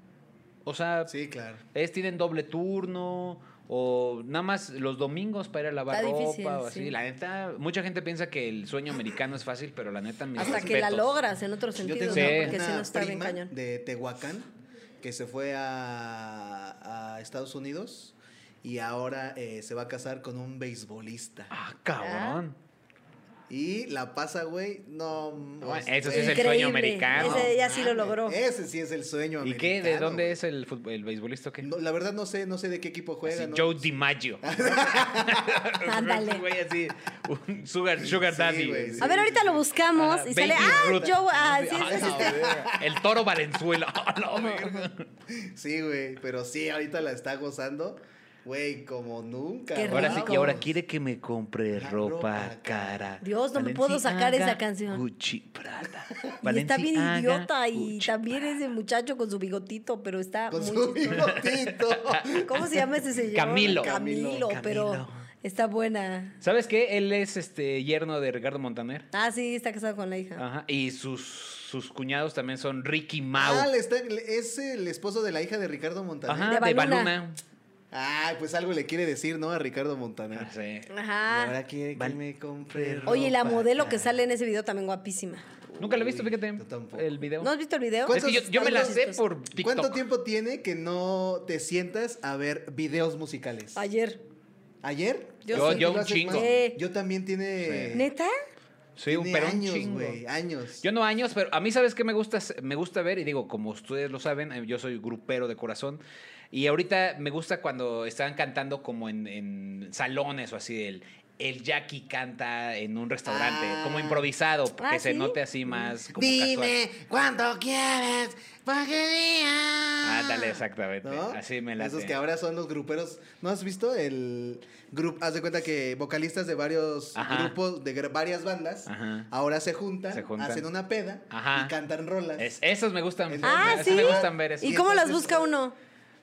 O sea,
Sí, claro.
es, tienen doble turno o nada más los domingos para ir a lavar
Está
ropa
difícil,
o así.
sí.
La neta, mucha gente piensa que el sueño americano es fácil, pero la neta, mis
hasta que la
respetos.
logras en otro sentido,
Yo
¿no?
tengo
Sí.
porque
una
si no está bien
prima
cañón.
de Tehuacán que se fue a, a Estados Unidos y ahora eh, se va a casar con un beisbolista.
Ah, cabrón.
Y la pasa, güey, no...
No,
hostia.
eso sí es el sueño americano.
Ese ella sí lo
Mames,
logró.
Ese sí es el sueño
¿Y
Ah. americano.
qué? ¿De dónde
güey.
es el, fútbol- el beisbolista o qué?
No, la verdad no sé, no sé de qué equipo
Así,
juega. ¿no?
Joe
[laughs]
DiMaggio.
[laughs] Ándale.
Un güey así, un sugar, sugar
Sí,
daddy.
güey,
así.
sí.
A ver, ahorita lo buscamos
Ajá,
y sale.
Baby
¡Ah,
Ruth.
Joe! Ah, sí,
Ah,
es
no,
este.
güey. el toro Valenzuela. [laughs] Ah, A la verga.
Sí, güey, pero sí, ahorita la está gozando, güey, como nunca.
Qué
Ahora sí,
rico.
y ahora quiere que me compre
La
ropa,
ropa
cara.
Dios, no me puedo sacar esa
Balenciaga,
canción.
Gucci, Prada.
[laughs] Y está bien
Balenciaga,
idiota y
Gucci,
también
Prada.
ese muchacho con su bigotito, pero está
Con
muy
su
chistoso.
bigotito.
¿Cómo se llama ese señor?
Camilo.
Camilo,
Camilo.
pero
Camilo.
está buena.
¿Sabes qué? Él es este yerno de Ricardo Montaner.
Ah, sí, está casado con la hija.
Ajá. Y sus, sus cuñados también son Ricky [laughs] Mau.
Ah, le está- le- es el esposo de la hija de Ricardo Montaner.
Ajá,
De
de
Baluna.
Baluna.
Ay, pues algo le quiere decir, ¿no? A Ricardo Montaner.
Ah, sí.
Ajá.
Ahora quiere que
Val-
me compre ropa.
Oye, y la modelo que
cara.
sale en ese video también guapísima.
Nunca lo he visto,
Uy,
fíjate.
yo tampoco.
El video.
¿No has visto el video?
Es que yo, yo me la sé
¿Cuántos-
por TikTok.
¿Cuánto tiempo tiene que no te sientas a ver videos musicales?
Ayer.
¿Ayer?
Yo
Yo-
sí.
yo
¿Tú
un
haces
chingo.
más?
Sí.
Yo también tiene...
¿Neta?
Sí, un
tiene
pero un
años,
chingo.
güey, años.
Yo no años, pero a mí sabes que me gusta, me gusta ver y digo, como ustedes lo saben, eh, yo soy grupero de corazón y ahorita me gusta cuando están cantando como en, en salones o así el el Jackie canta en un restaurante,
Ah.
como improvisado, que
Ah,
se
¿sí?
note así más como
Dime
casual.
cuánto quieres, para que diga.
Ándale, exactamente. Así me late.
Ah. Esos que ahora son los gruperos. ¿No has visto el grupo? Haz de cuenta que vocalistas de varios
Ajá.
grupos, de gr- varias bandas,
Ajá.
ahora se juntan,
Se juntan.
hacen una peda
Ajá.
y cantan rolas.
Es- esos me gustan.
Esos-
Ah,
esos
sí.
me gustan ver eso.
¿Y cómo las
Entonces,
busca uno?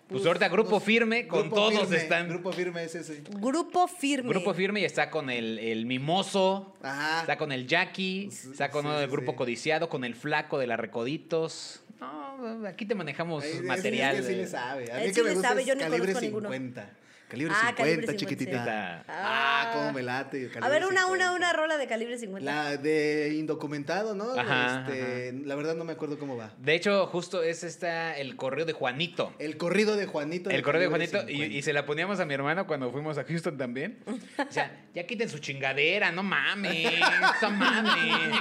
Pues ahorita grupo
Los-
firme con
Grupo
todos
Firme,
están. Grupo,
Grupo firme es ese.
Grupo firme.
firme y está con el, el mimoso.
Ajá.
Está con el Jackie,
Sí,
está con
sí,
uno del
sí,
grupo
sí.
codiciado, con el flaco de la Recoditos. No, aquí te manejamos
Ahí- ese
material.
Es que sí
de-
le sabe. A
Él
mí
Eh, sí
que me
le
gusta
sabe,
es
yo no
calibre
conozco ninguno.
50. Calibre
Ah,
50,
calibre 50,
chiquitita.
sí.
Ah, cómo me late.
A
calibre
ver, una, una,
50.
una rola de calibre 50.
La de indocumentado, ¿no?
Ajá,
Este, La verdad no me acuerdo cómo va.
De hecho, justo es esta el correo de Juanito.
El corrido de Juanito.
El correo de
Calibre
Juanito, y,
50.
y se la poníamos a mi hermano cuando fuimos a Houston también. O sea, ya quiten su chingadera, no mames, no mames.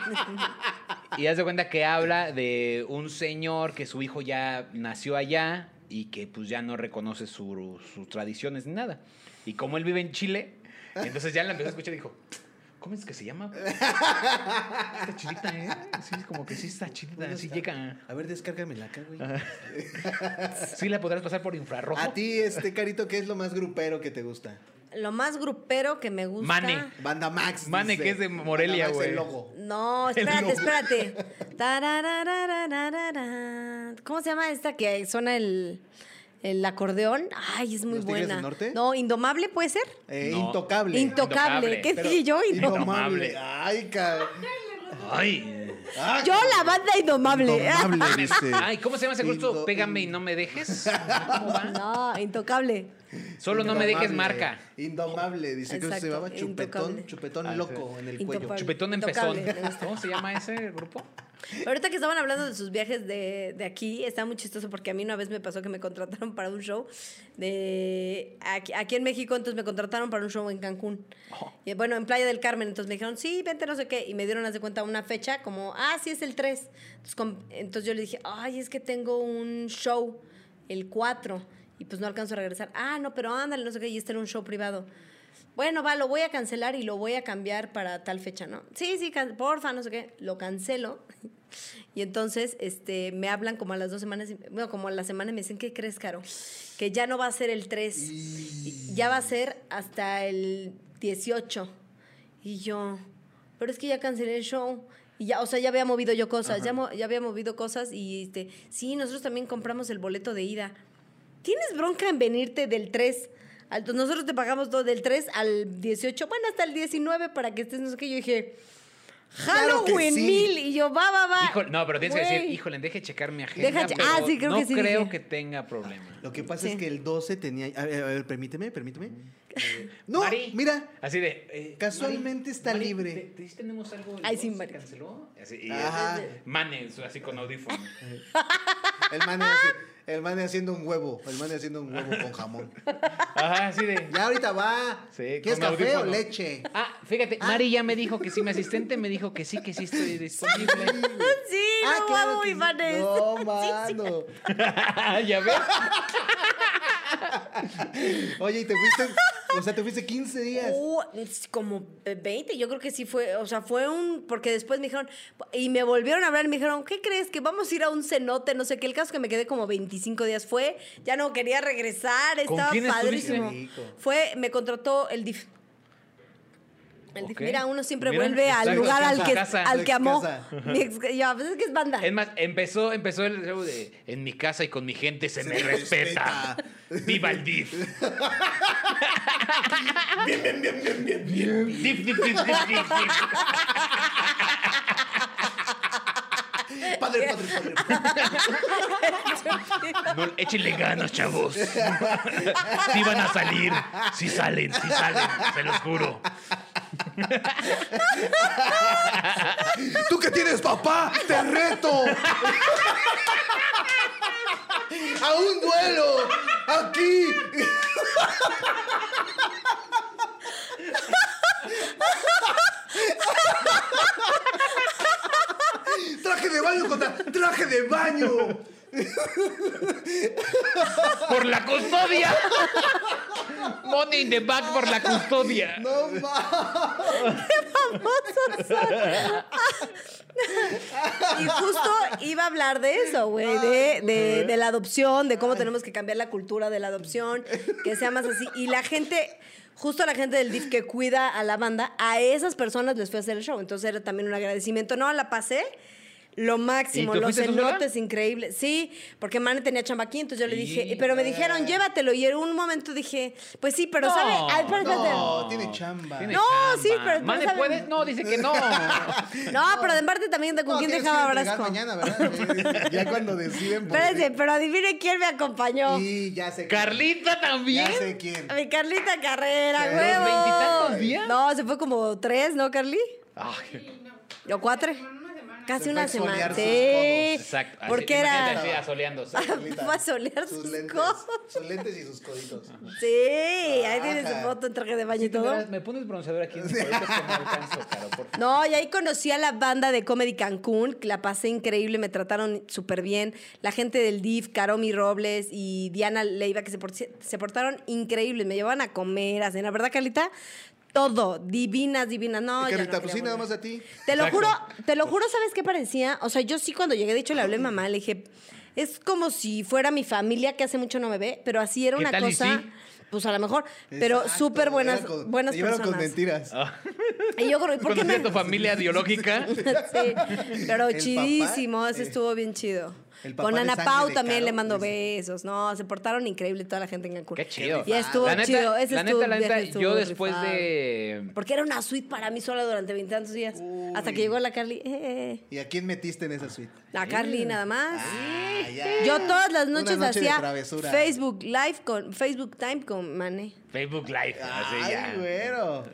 Y haz de cuenta que habla de un señor que su hijo ya nació allá y que pues ya no reconoce su- sus tradiciones ni nada. Y como él vive en Chile, entonces ya la empezó a escuchar y dijo, ¿cómo es que se llama? Está chidita, ¿eh? Sí, como que sí está chidita, sí llega.
A ver, descárgamela acá, güey.
Sí la podrás pasar por infrarrojo.
A ti, este Carito, ¿qué es lo más grupero que te gusta?
Lo más grupero que me gusta.
Mane.
Banda Max.
Mane, que es de Morelia,
Banda Max,
güey.
El logo. [laughs]
No, espérate, espérate. Tararararararara. ¿Cómo se llama esta que suena el, el acordeón? Ay, es muy
¿Los Tigres
buena.
del Norte?
No, indomable puede ser.
Eh,
No.
Intocable.
Intocable. ¿Qué
Pero-
dije yo? Indomable.
Indomable. Ay, cabrón. Ah,
Ay.
Yo la banda indomable. [laughs]
Indomable, dice.
Ay, ¿cómo se llama ese gusto?
Indo-
Pégame y no me dejes. ¿Cómo va?
No, intocable.
Solo no me dejes
Indomable,
marca.
Indomable, dice que se
Exacto,
llamaba chupetón,
intocable.
chupetón
Ah,
loco en el cuello.
Intocable.
Chupetón en pezón.
Intocable, me gusta.
¿Cómo se llama ese grupo?
Ahorita que estaban hablando de sus viajes de, de aquí, está muy chistoso porque a mí una vez me pasó que me contrataron para un show de aquí, aquí en México, entonces me contrataron para un show en Cancún. Y, bueno, en Playa del Carmen, entonces me dijeron, sí, vente, no sé qué. Y me dieron, haz de cuenta, una fecha como, ah, sí, es el 3. Entonces, com- entonces yo le dije, ay, es que tengo un show el 4 y pues no alcanzo a regresar. Ah, no, pero ándale, no sé qué, y este era un show privado. Bueno, va, lo voy a cancelar y lo voy a cambiar para tal fecha, ¿no? Sí, sí, can- porfa, no sé qué. Lo cancelo. Y entonces este, me hablan como a las dos semanas, y- bueno, como a la semana y me dicen, ¿qué crees, Caro? Que ya no va a ser el 3, y- ya va a ser hasta el 18. Y yo, pero es que ya cancelé el show. Y ya, o sea, ya había movido yo cosas, ya, mo- ya había movido cosas y este, sí, nosotros también compramos el boleto de ida. ¿Tienes bronca en venirte del 3? al- nosotros te pagamos todo del 3 al 18, bueno, hasta el 19 para que estés, no sé qué. Yo dije,
Claro que
Halloween
sí.
mil. Y yo, va, va, va.
Híjole, no, pero tienes que decir,
Ah, Güey.
híjole, deje checar mi agenda.
Deja che-
pero
ah, sí, creo
no
que sí
creo
dije.
que tenga problema.
Lo que pasa es
Sí.
que el 12 tenía. A ver, a ver, permíteme, permíteme. Eh, No,
Mm. Mari.
mira.
Así de. eh,
Casualmente está libre.
¿te- te- tenemos algo? del
Ay, sí,
12?
Mari.
¿Canceló? Así, y
Ajá.
así, Mane, así con audífono.
El man, hace- el man haciendo un huevo. El man haciendo un huevo con jamón.
Ajá, así de.
Ya ahorita va.
Sí,
¿Quieres
con
café o
[laughs]
audífono.
leche?
Ah, fíjate, Mari ya me dijo que sí, mi asistente me dijo que sí, que sí estoy disponible.
[laughs] Sí,
Ah,
no,
claro
vamos,
que sí.
Ivanes.
No,
[laughs] Sí, sí.
mano.
[laughs] ya ves.
Oye, y te fuiste. O sea, te fuiste 15 días.
Uh, es como 20, yo creo que sí fue, o sea, fue un, porque después me dijeron, y me volvieron a hablar y me dijeron, ¿qué crees? Que vamos a ir a un cenote, no sé qué, el caso que me quedé como 25 días fue, ya no quería regresar,
¿Con
estaba
quién estuviste?
padrísimo.
Rico.
Fue, me contrató el DIF. El DIF.
Ok.
Mira, uno siempre
Mira,
vuelve al
exacto,
lugar al
su
que,
casa,
su
al que amó.
ex
Mi ex- ya, pues es que es banda. [laughs]
[laughs] Es más, empezó, empezó el show de en mi casa y con mi gente se,
Se
me
me
respeta. Viva el DIF. bien, bien, bien, bien, bien. DIF, DIF, DIF, DIF, DIF, DIF.
Padre, padre, padre.
No, échenle ganas, chavos. Si van a salir, si salen, si salen, se los juro.
¡Tú que tienes papá! ¡Te reto! ¡A un duelo! ¡Aquí! ¡Traje de baño contra traje de baño!
¡Por la custodia! Money in the back por la custodia.
¡No mames!
Y justo iba a hablar de eso, güey, de, de- de la adopción, de cómo tenemos que cambiar la cultura de la adopción, que sea más así. Y la gente, justo la gente del DIF que cuida a la banda, a esas personas les fue a hacer el show. Entonces era también un agradecimiento. No, la pasé. Lo máximo,
¿Y tú
los
fuiste tú sola?
cenotes increíbles. Sí, porque Mane tenía chamaquín, entonces yo le dije,
Y-
pero me dijeron, llévatelo. Y en un momento dije, pues sí, pero
No,
¿sabe? Ay, espera, espérate.
No, tiene chamba.
Tiene
No, sí,
chamba.
pero- pero
Mane,
saben-
¿puedes? No, dice que no.
No, pero de parte también de con
No,
quién
tienes
dejaba
que entregar
Brasco.
mañana, ¿verdad? Eh, ya cuando deciden. por-
Espérense, pero adivinen quién me acompañó.
Y ya sé. quién.
Carlita también.
Ya sé quién.
A mi Carlita Carrera,
Pero
huevo.
veintitantos días.
No, se fue como tres, ¿no, Carly?
Ay,
¿O cuatro.
Se
Casi
fue a
una semana.
exfoliar sus
Sí.
codos.
exacto. así,
Porque
imagínate así,
era.
asoleándose.
Carlita.
Fue a solear sus
lentes,
codos.
Sus lentes y sus coditos.
Sí, ahí tiene su
Ajá.
foto en traje de baño y
Sí, de
todo.
veras, ¿Me pones bronceador aquí? en el cuello? Es que no alcanzo, Caro, por favor.
No, y ahí conocí a la banda de Comedy Cancún, que la pasé increíble, me trataron súper bien. La gente del DIF, Caromi Robles y Diana Leiva, que se, por- se portaron increíbles, me llevaban a comer, a cenar, ¿verdad, Carlita? Todo, divinas, divinas. No, ya
Y
no
Carlita, pues
quería
sí, nada
volver.
más a ti.
Te lo
Exacto.
juro, te lo juro, ¿sabes qué parecía? O sea, yo sí cuando llegué, de hecho le hablé a mamá, le dije, es como si fuera mi familia que hace mucho no me ve, pero así era
¿Qué
una
tal y
cosa,
sí?
pues a lo mejor, pero
Exacto,
súper buenas,
era con-
buenas
te llevaron
personas. Ah.
con mentiras.
Y yo creo, ¿y ¿por qué
Conocí
me...
a tu familia biológica.
[laughs] Sí, pero
El papá,
chidísimo, eso
eh.
estuvo bien chido.
El papá
Con
de
Ana
sangre
Pau
de
también
Caro
le mando
es-
besos. No, se portaron increíble toda la gente en Cancún.
Qué chido.
Ya estuvo
la neta,
chido. Ese
la
estuvo
neta, la neta,
viernes,
yo
estuvo
después
rifado.
de.
Porque era una suite para mí sola durante veintitantos días. Hasta que
Uy.
llegó la Carly. eh,
¿Y a quién metiste en esa suite?
la Carly nada más.
Ah, ya.
Yo todas las
Una
noches
noche de
hacía
travesura.
Facebook Live con Facebook Time con Mané.
Facebook Live. así ya.
Ah, Ay, güero.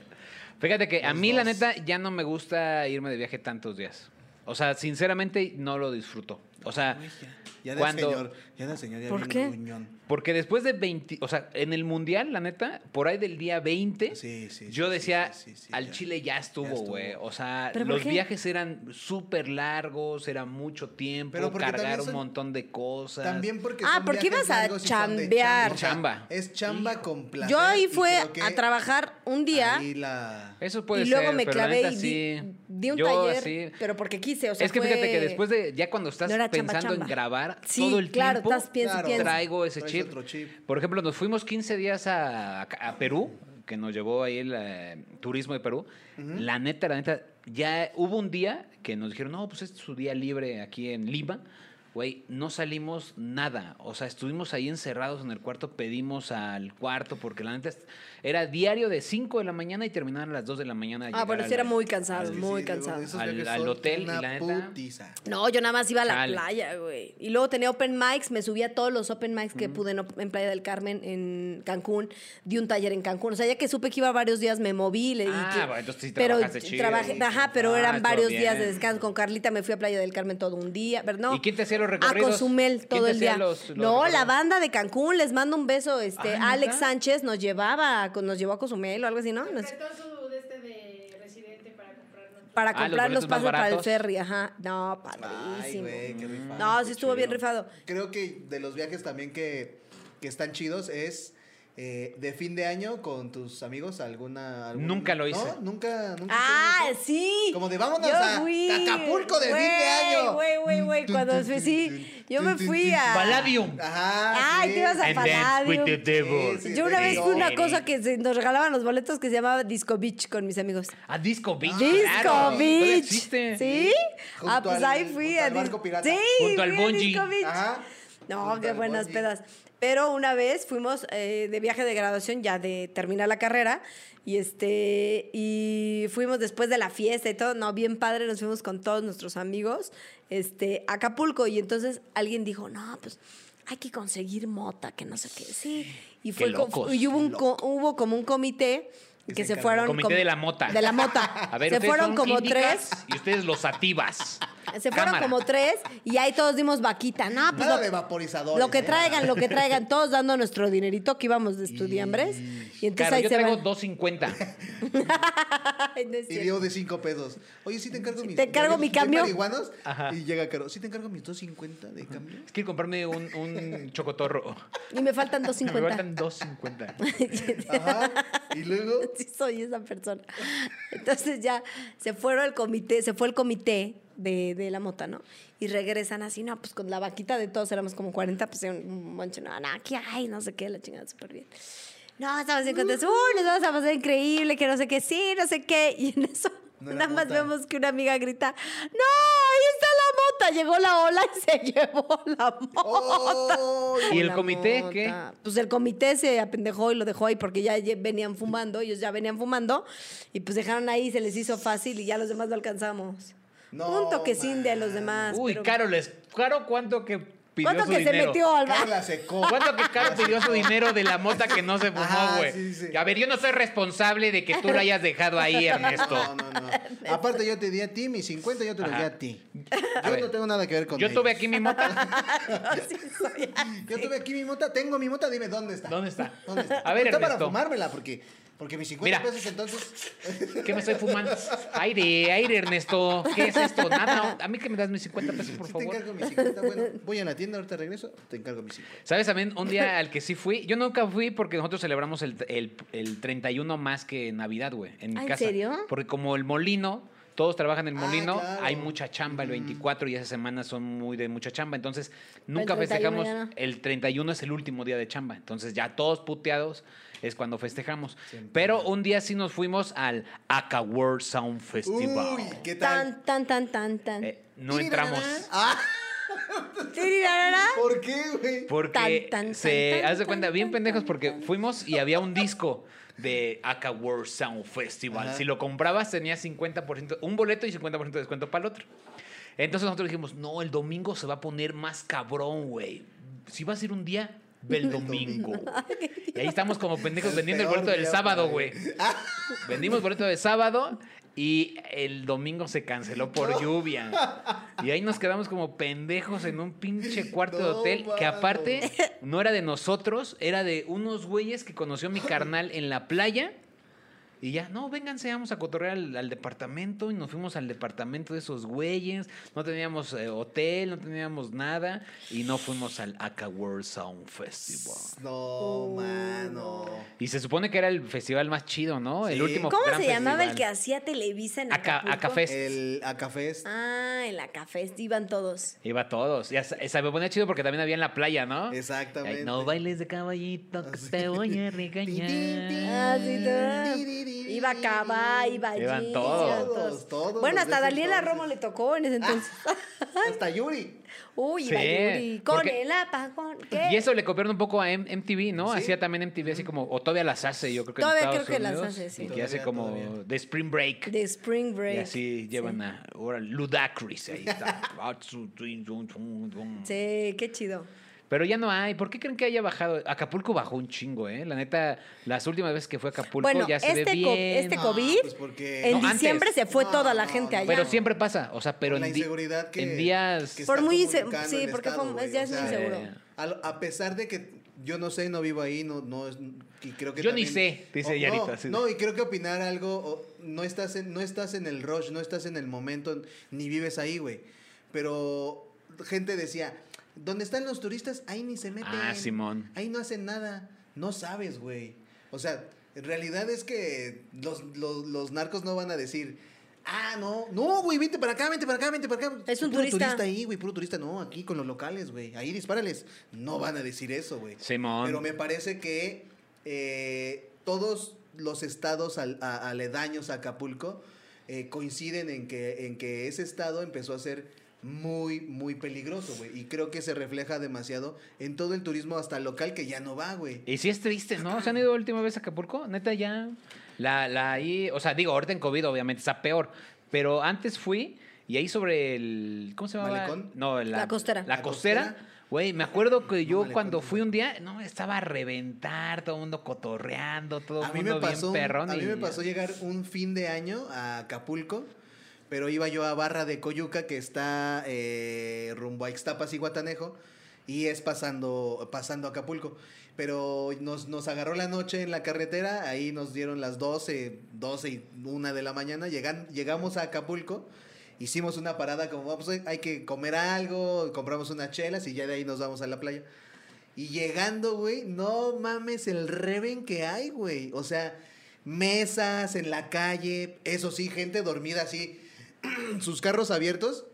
Fíjate que a
Los
mí, la
dos.
neta, ya no me gusta irme de viaje tantos días. O sea, sinceramente, no lo disfruto. O sea,
Ya del
cuando.
señor. Ya del señor. Ya
¿Por
viene
qué?
gruñón.
Porque después de 20, o sea, en el mundial, la neta, por ahí del día 20,
Sí, sí,
yo
sí,
decía,
sí, sí, sí,
al
ya.
Chile ya estuvo,
estuvo.
güey. O sea,
¿Pero por
los
qué?
viajes eran súper largos, era mucho tiempo,
Pero porque
cargar
también
un
son-
montón de cosas.
También porque.
Ah,
son
porque
viajes
ibas a
largos y son de
chambear.
Chamba.
Es chamba con placer.
Yo ahí
y
fue
creo que
a trabajar un día.
ahí la-
Eso puede
y luego
ser,
me
pero la
clavé
neta
y di,
sí.
di un
Yo
taller,
así-
pero porque quise, o sea,
es que
fue-
fíjate que después de, ya cuando estás
No era chamba,
pensando en
chamba.
grabar
Sí,
todo el
claro,
tiempo,
estás piensa y
Claro.
piensa.
traigo ese
Traes
chip.
otro chip.
Por ejemplo, nos fuimos 15 días a, a Perú, que nos llevó ahí el eh, turismo de Perú. La neta, la neta, ya hubo un día que nos dijeron, no, pues este es su día libre aquí en Lima. Güey, no salimos nada. O sea, estuvimos ahí encerrados en el cuarto, pedimos al cuarto, porque la neta es- era diario de 5 de la mañana y terminaban a las 2 de la mañana.
Ah, bueno, sí era muy cansado,
Sí, sí,
muy
luego
cansado.
esos
Al-
viajes
al
son
hotel y
una
la neta-
putiza.
No, yo nada más iba a la
Chale.
playa, güey. Y luego tenía open mics, me subía a todos los open mics que pude en, op- en Playa del Carmen, en Cancún, di un taller en Cancún. O sea, ya que supe que iba varios días, me moví. Le, y
Ah,
que-
bueno, entonces sí
pero
trabajaste chido.
trabajé- ajá, pero
Ah,
eran
estuvo
varios
bien.
días de descanso. Con Carlita me fui a Playa del Carmen todo un día. pero no,
¿Y quién te hacía los
a
recorridos?
Cozumel
¿Quién
todo
te
el
hacía
día.
los- los
no, la
recorridos?
banda de Cancún, les mando un beso. Este,
Ah,
Alex
¿neta?
Sánchez nos llevaba, con- nos llevó a Cozumel o algo así, ¿no? Nos-
Prestó su de este de residente para comprarnos.
para
Ah, los
comprar los,
boletos más
pasos para el
baratos.
ferry, ajá. No,
Ay,
padrísimo.
güey, qué rifado.
no,
qué
sí estuvo bien
chido.
rifado.
Creo que de los viajes también que, que están chidos es eh, de fin de año con tus amigos alguna... algún-
Nunca lo hice.
No, nunca, nunca.
Ah,
hicieron eso?
sí.
Como de vámonos
Yo
a
fui.
Acapulco de fin de
Güey,
año.
Güey, güey, güey. Cuando fui, sí. Yo me fui a.
Palladium.
Ajá.
Ay,
sí.
te ibas a
And dance with the
Palladium.
devil.
Sí, sí.
Yo una vez fui a una
Sí.
cosa que se- nos regalaban los boletos que se llamaba Disco Beach con mis amigos.
A Disco Beach.
Disco
claro. Todavía
Beach.
existe.
¿Sí?
Junto
ah, pues
al-
ahí fui
junto
a
al
dis-
barco pirata.
Sí,
Junto al
fui a
bungee.
Disco Beach.
Ajá.
No,
Pues,
Junto
qué
al
buenas
bungee.
pedas. Pero una vez fuimos eh, de viaje de graduación, ya de terminar la carrera, y este y fuimos después de la fiesta y todo, no, bien padre, nos fuimos con todos nuestros amigos este, a Acapulco, y entonces alguien dijo, no, pues hay que conseguir mota, que no sé qué, sí. Y, fue
Qué
co-
locos,
y hubo, un co- hubo como un comité
Que
que,
se
se,
encargó.
fueron...
Comité
como-
de la mota.
De la mota.
[laughs] A ver,
se
ustedes
fueron
son
como
ídicas
tres.
Y ustedes los ativas.
Se fueron
Cámara.
como tres y ahí todos dimos vaquita. No, pues
Nada
lo-
de vaporizador.
lo que
¿eh?
traigan, lo que traigan, todos dando nuestro dinerito que íbamos de estudiambres. Y entonces
Claro,
ahí
yo
se
traigo
van.
250.
Ay, no es
Y
cierto.
dio de cinco pesos. Oye, sí te encargo mis...
te encargo mi
¿bien
cambio?
marihuanos?
Ajá.
Y llega Caro. Sí te encargo mis 2.50 de cambio.
Es que comprarme un, un chocotorro.
Y me faltan
Me
250. [laughs]
faltan 250.
Ajá. Y luego...
Sí soy esa persona. Entonces ya se fueron al comité, se fue el comité de, de la mota, ¿no? Y regresan así, no, pues con la vaquita de todos éramos como 40, pues un moncho, no, no, aquí hay, no sé qué, la chingada, súper bien. No, estamos en contexto, uy, nos vamos a pasar increíble, que no sé qué, sí, no sé qué. Y en eso
No era
nada más
mota.
vemos que una amiga grita, no, ahí está la mota. Llegó la ola y se [laughs] llevó la mota.
¡Oh!
[laughs] ¿Y el
La
comité
mota.
qué?
Pues el comité se apendejó y lo dejó ahí porque ya ye- venían fumando, ellos ya venían fumando y pues dejaron ahí, se les hizo fácil y ya los demás lo alcanzamos.
No,
Un toquecín de los
man.
demás.
Uy,
pero-
Caro, les... Caro, ¿cuánto que pidió
¿Cuánto
su
que se
dinero?
metió al
Caro
bar?
la secó.
¿Cuánto que Caro pidió su dinero de la mota
[laughs]
que no se
Ajá,
fumó, güey?
Ah, sí, sí.
A ver, yo no soy responsable de que tú la hayas dejado ahí, Ernesto.
[laughs] No, no,
[laughs]
no. Aparte, yo te di a ti mis 50, yo te los di
Ajá.
a ti.
A
Yo
ver.
no tengo nada que ver con
Yo tuve
ellos.
aquí mi mota.
[laughs] Sí,
[laughs]
soy así.
Yo tuve aquí mi mota, tengo mi mota, dime dónde está.
¿Dónde está?
¿Dónde está?
A ver,
Está para
Ernesto.
fumármela, porque, porque mis 50
Mira.
pesos entonces.
¿Qué me estoy fumando? Aire, aire, Ernesto. ¿Qué es esto? Nada, a mí que me das mis 50 pesos, por
sí te
favor.
encargo mis 50. Bueno, voy a la tienda, ahorita regreso, te encargo mis 50.
¿Sabes también un día al que sí fui? Yo nunca fui porque nosotros celebramos el, el- el 31 más que Navidad, güey, en mi
¿Ah, en
casa.
serio?
Porque como el molino, todos trabajan en el
Ah,
molino,
claro.
hay mucha chamba el 24 y esas semanas son muy de mucha chamba. Entonces, nunca
31 ya no.
festejamos. El 31 es el último día de chamba. Entonces, ya todos puteados es cuando festejamos.
Siempre.
Pero un día sí nos fuimos al Aka World Sound Festival.
Uy, ¿qué tal?
Tan, tan, tan, tan, tan.
Eh, no entramos.
Ah,
Tirirarara.
¿Por qué, güey?
Porque
Tan, tan,
se.
tan, tan,
haz de cuenta,
tan,
bien
tan,
pendejos,
tan,
porque
tan.
fuimos y había un disco de Aka World Sound Festival.
Ajá.
Si lo comprabas, tenía 50%, un boleto y 50% de descuento para el otro. Entonces nosotros dijimos, no, el domingo se va a poner más cabrón, güey. Si vas a ir un día,
[laughs]
ve el domingo. y ahí estamos como pendejos
El
vendiendo el
peor
boleto del
día,
sábado,
güey.
güey. Vendimos boleto de sábado y el domingo se
[laughs]
canceló por lluvia. Y ahí nos quedamos como pendejos en
[laughs]
un pinche cuarto de
No,
hotel que
mano.
aparte no era de nosotros, era de unos güeyes que conoció mi carnal en la playa. Y ya, no, vénganse, vamos a cotorrear al, al departamento. Y nos fuimos al departamento de esos güeyes. No teníamos eh, hotel, no teníamos nada. Y no fuimos al Aka World Sound Festival.
No, mano.
Y se supone que era el festival más chido, ¿no? El
Sí.
último
¿Cómo
gran
se llamaba el que
festival.
hacía Televisa en
Aca-
Acapulco?
Acafest.
El Acafest.
Ah, en Acafest iban todos.
Iba a todos. Ya, se se me ponía chido porque también había en la playa, ¿no?
Exactamente.
Ay, no bailes de caballito, que te voy
[laughs]
a
Ah,
regañar.
sí, todo. Iba a Cabá, iba a
Iban
Gis,
todos.
Todos, todos
Bueno,
los
hasta
de ese
Daniela
entonces. Ah,
Romo le tocó en ese entonces.
Hasta Yuri.
Uy, iba
Sí,
Yuri. Con
porque-
el apagón. ¿qué?
Y eso le copiaron un poco a M- MTV, ¿no?
Sí.
Hacía también MTV así como, o todavía las hace, yo creo que en
Todavía
Estados
creo que las
Unidos,
hace, sí.
Y que hace
Todavía,
como
todavía.
de Spring Break.
De Spring Break.
Y así llevan a ahora Ludacris ahí está. Ah,
Sí, qué chido.
Pero ya no hay. ¿Por qué creen que haya bajado? Acapulco bajó un chingo, ¿eh? La neta, las últimas veces que fue a Acapulco
bueno,
ya se
este,
ve
co-
bien.
este
No,
COVID,
pues porque-
en
No, antes.
diciembre se fue
No,
toda la
no,
gente
no.
allá.
Pero siempre pasa, o sea, pero
Por la
en, di-
inseguridad que,
en días...
que
Por
está
muy inse-
comunicando
sí,
el
porque fue-
Estado,
es- ya
güey,
es muy inseguro.
al- A, pesar de que yo no sé, no vivo ahí, no, no es- y creo que
Yo ni sé, dice
Oh,
Yarito,
no,
así de-
no, y creo que opinar algo, o- no, estás en, no estás en el rush, no estás en el momento, ni vives ahí, güey. Pero gente decía, ¿dónde están los turistas? Ahí ni se meten.
Ah, Simón.
Ahí no hacen nada. No sabes, güey. O sea, en realidad es que los, los- los narcos no van a decir. Ah, no, no, güey, vente para acá, vente para acá, vente para acá.
Es un
Puro
turista.
ahí, güey, puro turista. No, aquí con los locales, güey. Ahí dispárales. No van a decir eso, güey.
Simón.
Pero me parece que eh, todos los estados al- a- aledaños a Acapulco eh, coinciden en que, en que ese estado empezó a ser muy, muy peligroso, güey. Y creo que se refleja demasiado en todo el turismo hasta local que ya no va, güey.
Y sí es triste, ¿no? ¿Se han ido la última vez a Acapulco? Neta, ya. La, la ahí, o sea, digo, ahorita en COVID, obviamente, está peor. Pero antes fui y ahí sobre el. ¿Cómo se llama?
¿Malecón?
No, la,
La costera.
La
La
costera.
costera.
Güey, me acuerdo que yo
malecón,
cuando
sí.
fui un día, no, estaba a reventar, todo el mundo cotorreando, todo
A
el
mí me
mundo
pasó,
bien perrón.
a mí
y-
me
[laughs]
pasó llegar un fin de año a Acapulco, pero iba yo a Barra de Coyuca que está eh, rumbo a Ixtapas y Guatanejo y es pasando pasando Acapulco, pero nos, nos agarró la noche en la carretera, ahí nos dieron las 12, 12 y 1 de la mañana, llegan, llegamos a Acapulco. Hicimos una parada como, vamos, hay que comer algo, compramos unas chelas y ya de ahí nos vamos a la playa. Y llegando, güey, no mames el reven que hay, güey. O sea, mesas en la calle, eso sí, gente dormida así, [clears throat] sus carros abiertos.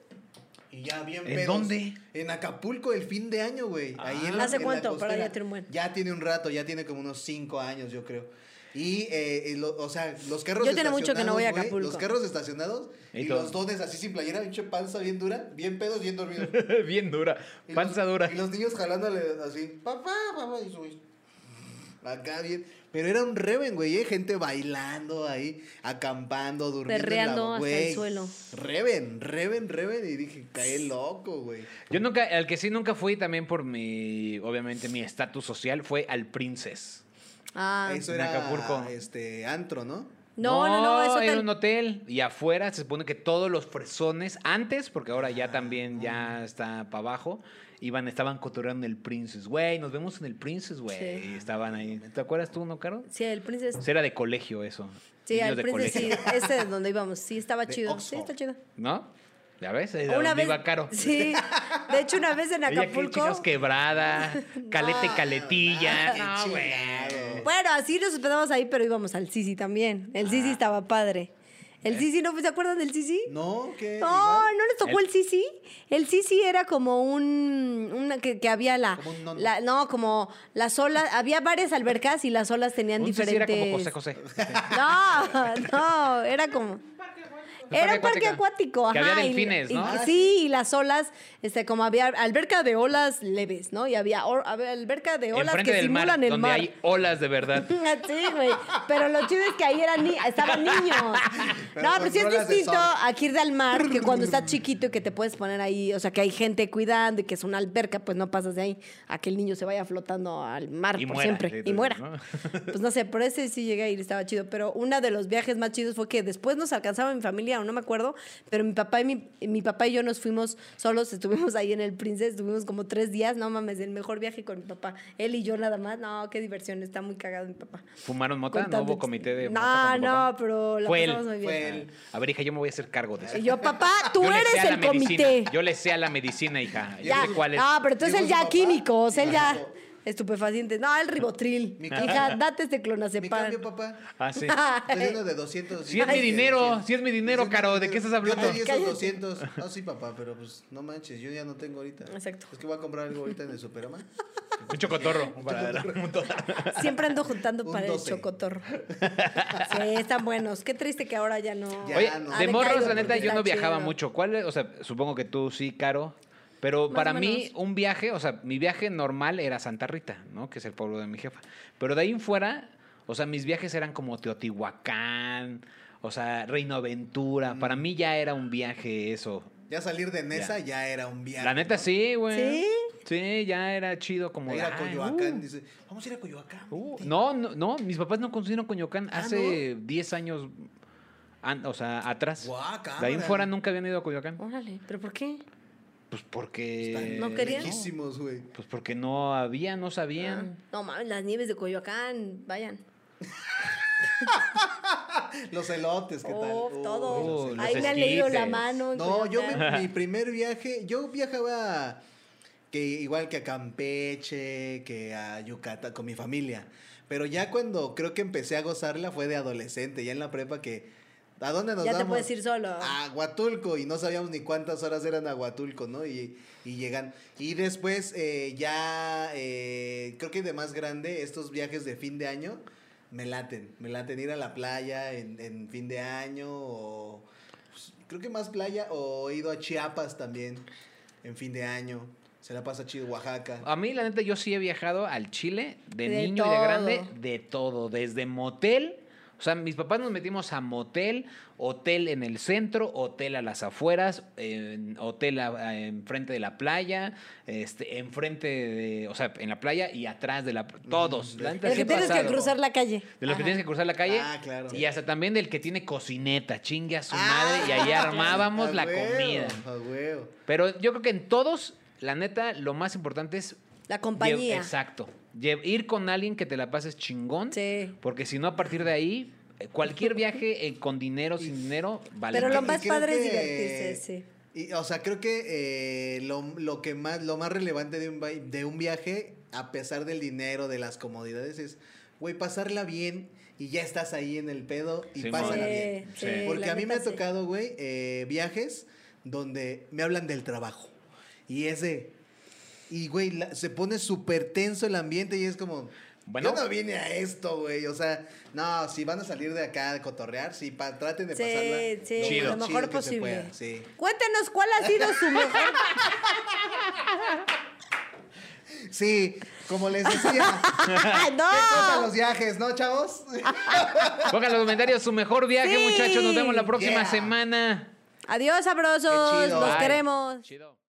Y ya bien
¿En
pedos.
dónde?
En Acapulco, el fin de año, güey. Ahí en la,
Ah. ¿Hace
en la
cuánto? Para
costera.
ya tiene un buen.
Ya tiene un rato, ya tiene como unos cinco años, yo creo. Y, eh, eh, lo- o sea, los carros
Yo tiene mucho que no voy a
estacionados, güey,
Acapulco.
Los carros estacionados
Y
y,
todo.
los dones así sin playera, pinche panza bien dura, bien pedos, bien
[laughs]
dormidos.
bien dura,
Y
panza
los-
dura.
Y los niños jalándole así, papá, papá, y su Acá bien. Pero era un reven, güey, ¿eh? gente bailando ahí, acampando, durmiendo. en la-
Perreando hasta el
güey.
suelo.
Reven, reven, reven. Y dije, cae loco, güey.
Yo nunca, al que sí nunca fui también por mi, obviamente, mi estatus social fue al Princess.
Ah,
Eso
En
era
Acapulco.
este antro, ¿no?
no, no, no, eso
era
te-
un hotel y afuera se supone que todos los fresones antes, porque ahora ya también
Ah.
ya está para abajo, iban estaban cotorreando en el Princess, güey, nos vemos en el Princess, güey,
Sí.
y estaban ahí. ¿Te acuerdas tú, no, Caro?
Sí, el Princess.
Pues Era de colegio eso.
Sí,
niños
el
de
Princess, sí.
colegio,
Ese es donde íbamos. Sí, estaba
De
chido.
Oxxo.
Sí, está chido.
¿no? ¿Ya ves? Es de donde iba Caro.
Sí. De hecho, una vez en
Ella que
Acapulco.
chicas quebrada,
[laughs]
calete
No,
caletilla.
no,
Ah,
No,
Ah, qué
güey.
chingado.
Bueno, así nos hospedamos ahí, pero íbamos al Sisi también. El
Ah.
Sisi estaba padre. El
Eh.
Sisi, ¿no se acuerdan del Sisi?
No, que.
No, no les tocó
El-
el, Sisi. El Sisi era como un. Una que, que había la,
Como un nono.
la- No, como las olas. Había varias albercas y las olas tenían
Un sissi
[laughs] diferentes.
era como José José.
No, no, era como.
Un parque acuático.
parque
Era un parque
acuático.
acuático,
Que
ajá.
había
y-
delfines,
y-
¿no?
Ah,
sí, y las olas, este, como había alberca de olas leves, ¿no? Y había or- a ver, alberca de olas
Enfrente
que
del
simulan
mar,
el
donde
mar.
hay olas de verdad.
[laughs] Sí, güey. Pero lo chido es que ahí eran ni- estaban niños.
Pero
No, pero sí es
con olas de
distinto
surf.
a que ir al mar, que cuando estás chiquito y que te puedes poner ahí, o sea, que hay gente cuidando y que es una alberca, pues no pasas de ahí a que el niño se vaya flotando al mar
Y
Ah, por
muera, sí,
siempre y
entonces,
muera.
¿no?
[laughs] Pues no sé, por ese sí llegué a ir, estaba chido. Pero uno de los viajes más chidos fue que después nos alcanzaba mi familia, o no me acuerdo, pero mi papá y mi, mi papá y yo nos fuimos solos, estuvimos ahí en el Princess, estuvimos como tres días, no mames, el mejor viaje con mi papá. Él y yo nada más, no, qué diversión, está muy cagado mi papá.
¿Fumaron mota?
Con tanto
¿No hubo
ch-
comité de
No,
mota con tu
no,
papá?
pero la
Fue él.
pasamos muy bien.
Fue él.
A ver, hija, yo me voy a hacer cargo de eso.
Y yo,
[laughs]
papá, tú
Yo le sé
eres
a la
el
medicina,
comité.
Yo le sé a la medicina, hija. Yo
Ya.
sé cuál es.
Ah, pero entonces él
Llegó su
ya
papá.
químico, o sea, él ya
Ajá.
estupefaciente. No, el ribotril.
Mi
Hija,
cambio.
date este
Mi
clonazepam. [laughs]
cambio, papá.
Ah, sí.
Estoy lleno Pues de 200.
Si es mi
Ay,
dinero,
sí,
si es mi dinero,
Sí, es mi
Caro, ¿de qué estás hablando?
Yo te di esos
Cállate.
200. Ah, sí, papá, pero pues no manches, yo ya no tengo ahorita.
Exacto.
Es que voy a comprar algo ahorita en el Superama.
Un chocotorro. para dar-
Siempre ando juntando
Un
para el
12. [laughs]
chocotorro. Sí, están buenos. Qué triste que ahora ya no.
Ya,
Oye,
no.
Ha
de
decaído
morros, la
porque
neta, yo
está
no viajaba
chido.
mucho. ¿Cuál es? O sea, supongo que tú sí, Caro. Pero
Más
para
o
mí,
menos.
un viaje, o sea, mi viaje normal era Santa Rita, ¿no? Que es el pueblo de mi jefa. Pero de ahí en fuera, o sea, mis viajes eran como Teotihuacán, o sea, Reino Aventura. Para
Mm.
mí ya era un viaje eso.
Ya salir de Nesa ya, era un viaje.
La neta,
¿no?
sí, güey.
¿Sí?
Sí, ya era chido como...
Ir a
ay,
Coyoacán,
uh,
dice, vamos a ir a Coyoacán.
Uh,
vente".
no, no, no, mis papás no consiguieron Coyoacán
Ah,
hace 10 años, an- o sea, atrás.
Guau,
de ahí en
cámara.
fuera nunca habían ido a Coyoacán.
Órale, ¿pero por qué?
Pues porque...
Están
¿No querían?
lejísimos, güey.
Pues porque no había, no
Ah.
sabían.
Ah, No mames, las nieves de Coyoacán, vayan.
Los elotes, ¿qué tal?
Oh,
Uh,
todos.
los
Ahí me han leído la
esquites.
mano. en
No, yo
Coyoacán.
mi, mi primer viaje, yo viajaba que igual que a Campeche, que a Yucatán, con mi familia. Pero ya cuando creo que empecé a gozarla fue de adolescente, ya en la prepa que... ¿A dónde nos Ah,
Ya te
vamos?
puedes ir solo.
A Huatulco y no sabíamos ni cuántas horas eran a Huatulco, ¿no? Y, y llegan. Y después eh, ya, eh, creo que de más grande, estos viajes de fin de año me laten. Me laten ir a la playa en, en fin de año o... pues, creo que más playa o he ido a Chiapas también en fin de año. Se la pasa chido Oaxaca.
A mí, la neta, yo sí he viajado al Chile de,
De
niño y de
todo.
grande, de todo, desde motel. O sea, mis papás nos metimos a motel, hotel en el centro, hotel a las afueras, en- hotel a- a- enfrente de la playa, este, enfrente de, o sea, en la playa y atrás de la, todos. La neta,
El
sí
que
he
tienes que
pasado.
cruzar la calle.
De los
Ajá.
que tienes que cruzar la calle.
Ah, claro.
Y hasta también del que tiene cocineta, chingue a su madre.
[laughs]
Y
Ah,
ahí armábamos
a
la
huevo,
comida.
A huevo.
Pero yo creo que en todos, la neta, lo más importante es...
La
lle-
compañía.
Exacto. Lle- Ir con alguien que te la pases chingón.
Sí.
Porque si no, a partir de ahí, eh, cualquier viaje eh, con dinero, sin dinero, vale. pues.
Pero lo
madre.
más
creo
padre es
que-
divertirse, sí.
Y, o sea, creo que eh, lo, lo que más, lo más relevante de un, vai- de un viaje, a pesar del dinero, de las comodidades, es, güey, pasarla bien y ya estás ahí en el pedo y
Simón.
pásala
Sí,
bien.
sí.
Porque
la
a mí me ha
neta, sí.
tocado, güey, eh, viajes donde me hablan del trabajo. Y es de... Y, güey, la- se pone súper tenso el ambiente y es como...
Bueno.
Yo no vine a esto, güey. O sea, no, si van a salir de acá a cotorrear, sí, pa- traten de
Sí,
pasarla
sí,
Chido.
lo mejor
que se
posible.
pueda, sí.
Cuéntenos cuál ha sido su
[laughs]
mejor.
Sí, como les decía.
¡Ay,
Disfruta
no!
los viajes, ¿no, chavos?
Pongan en los comentarios su mejor viaje,
Sí.
muchachos. Nos vemos la próxima
Yeah.
semana.
Adiós, sabrosos.
Qué chido.
Los
Bye.
queremos.
Chido.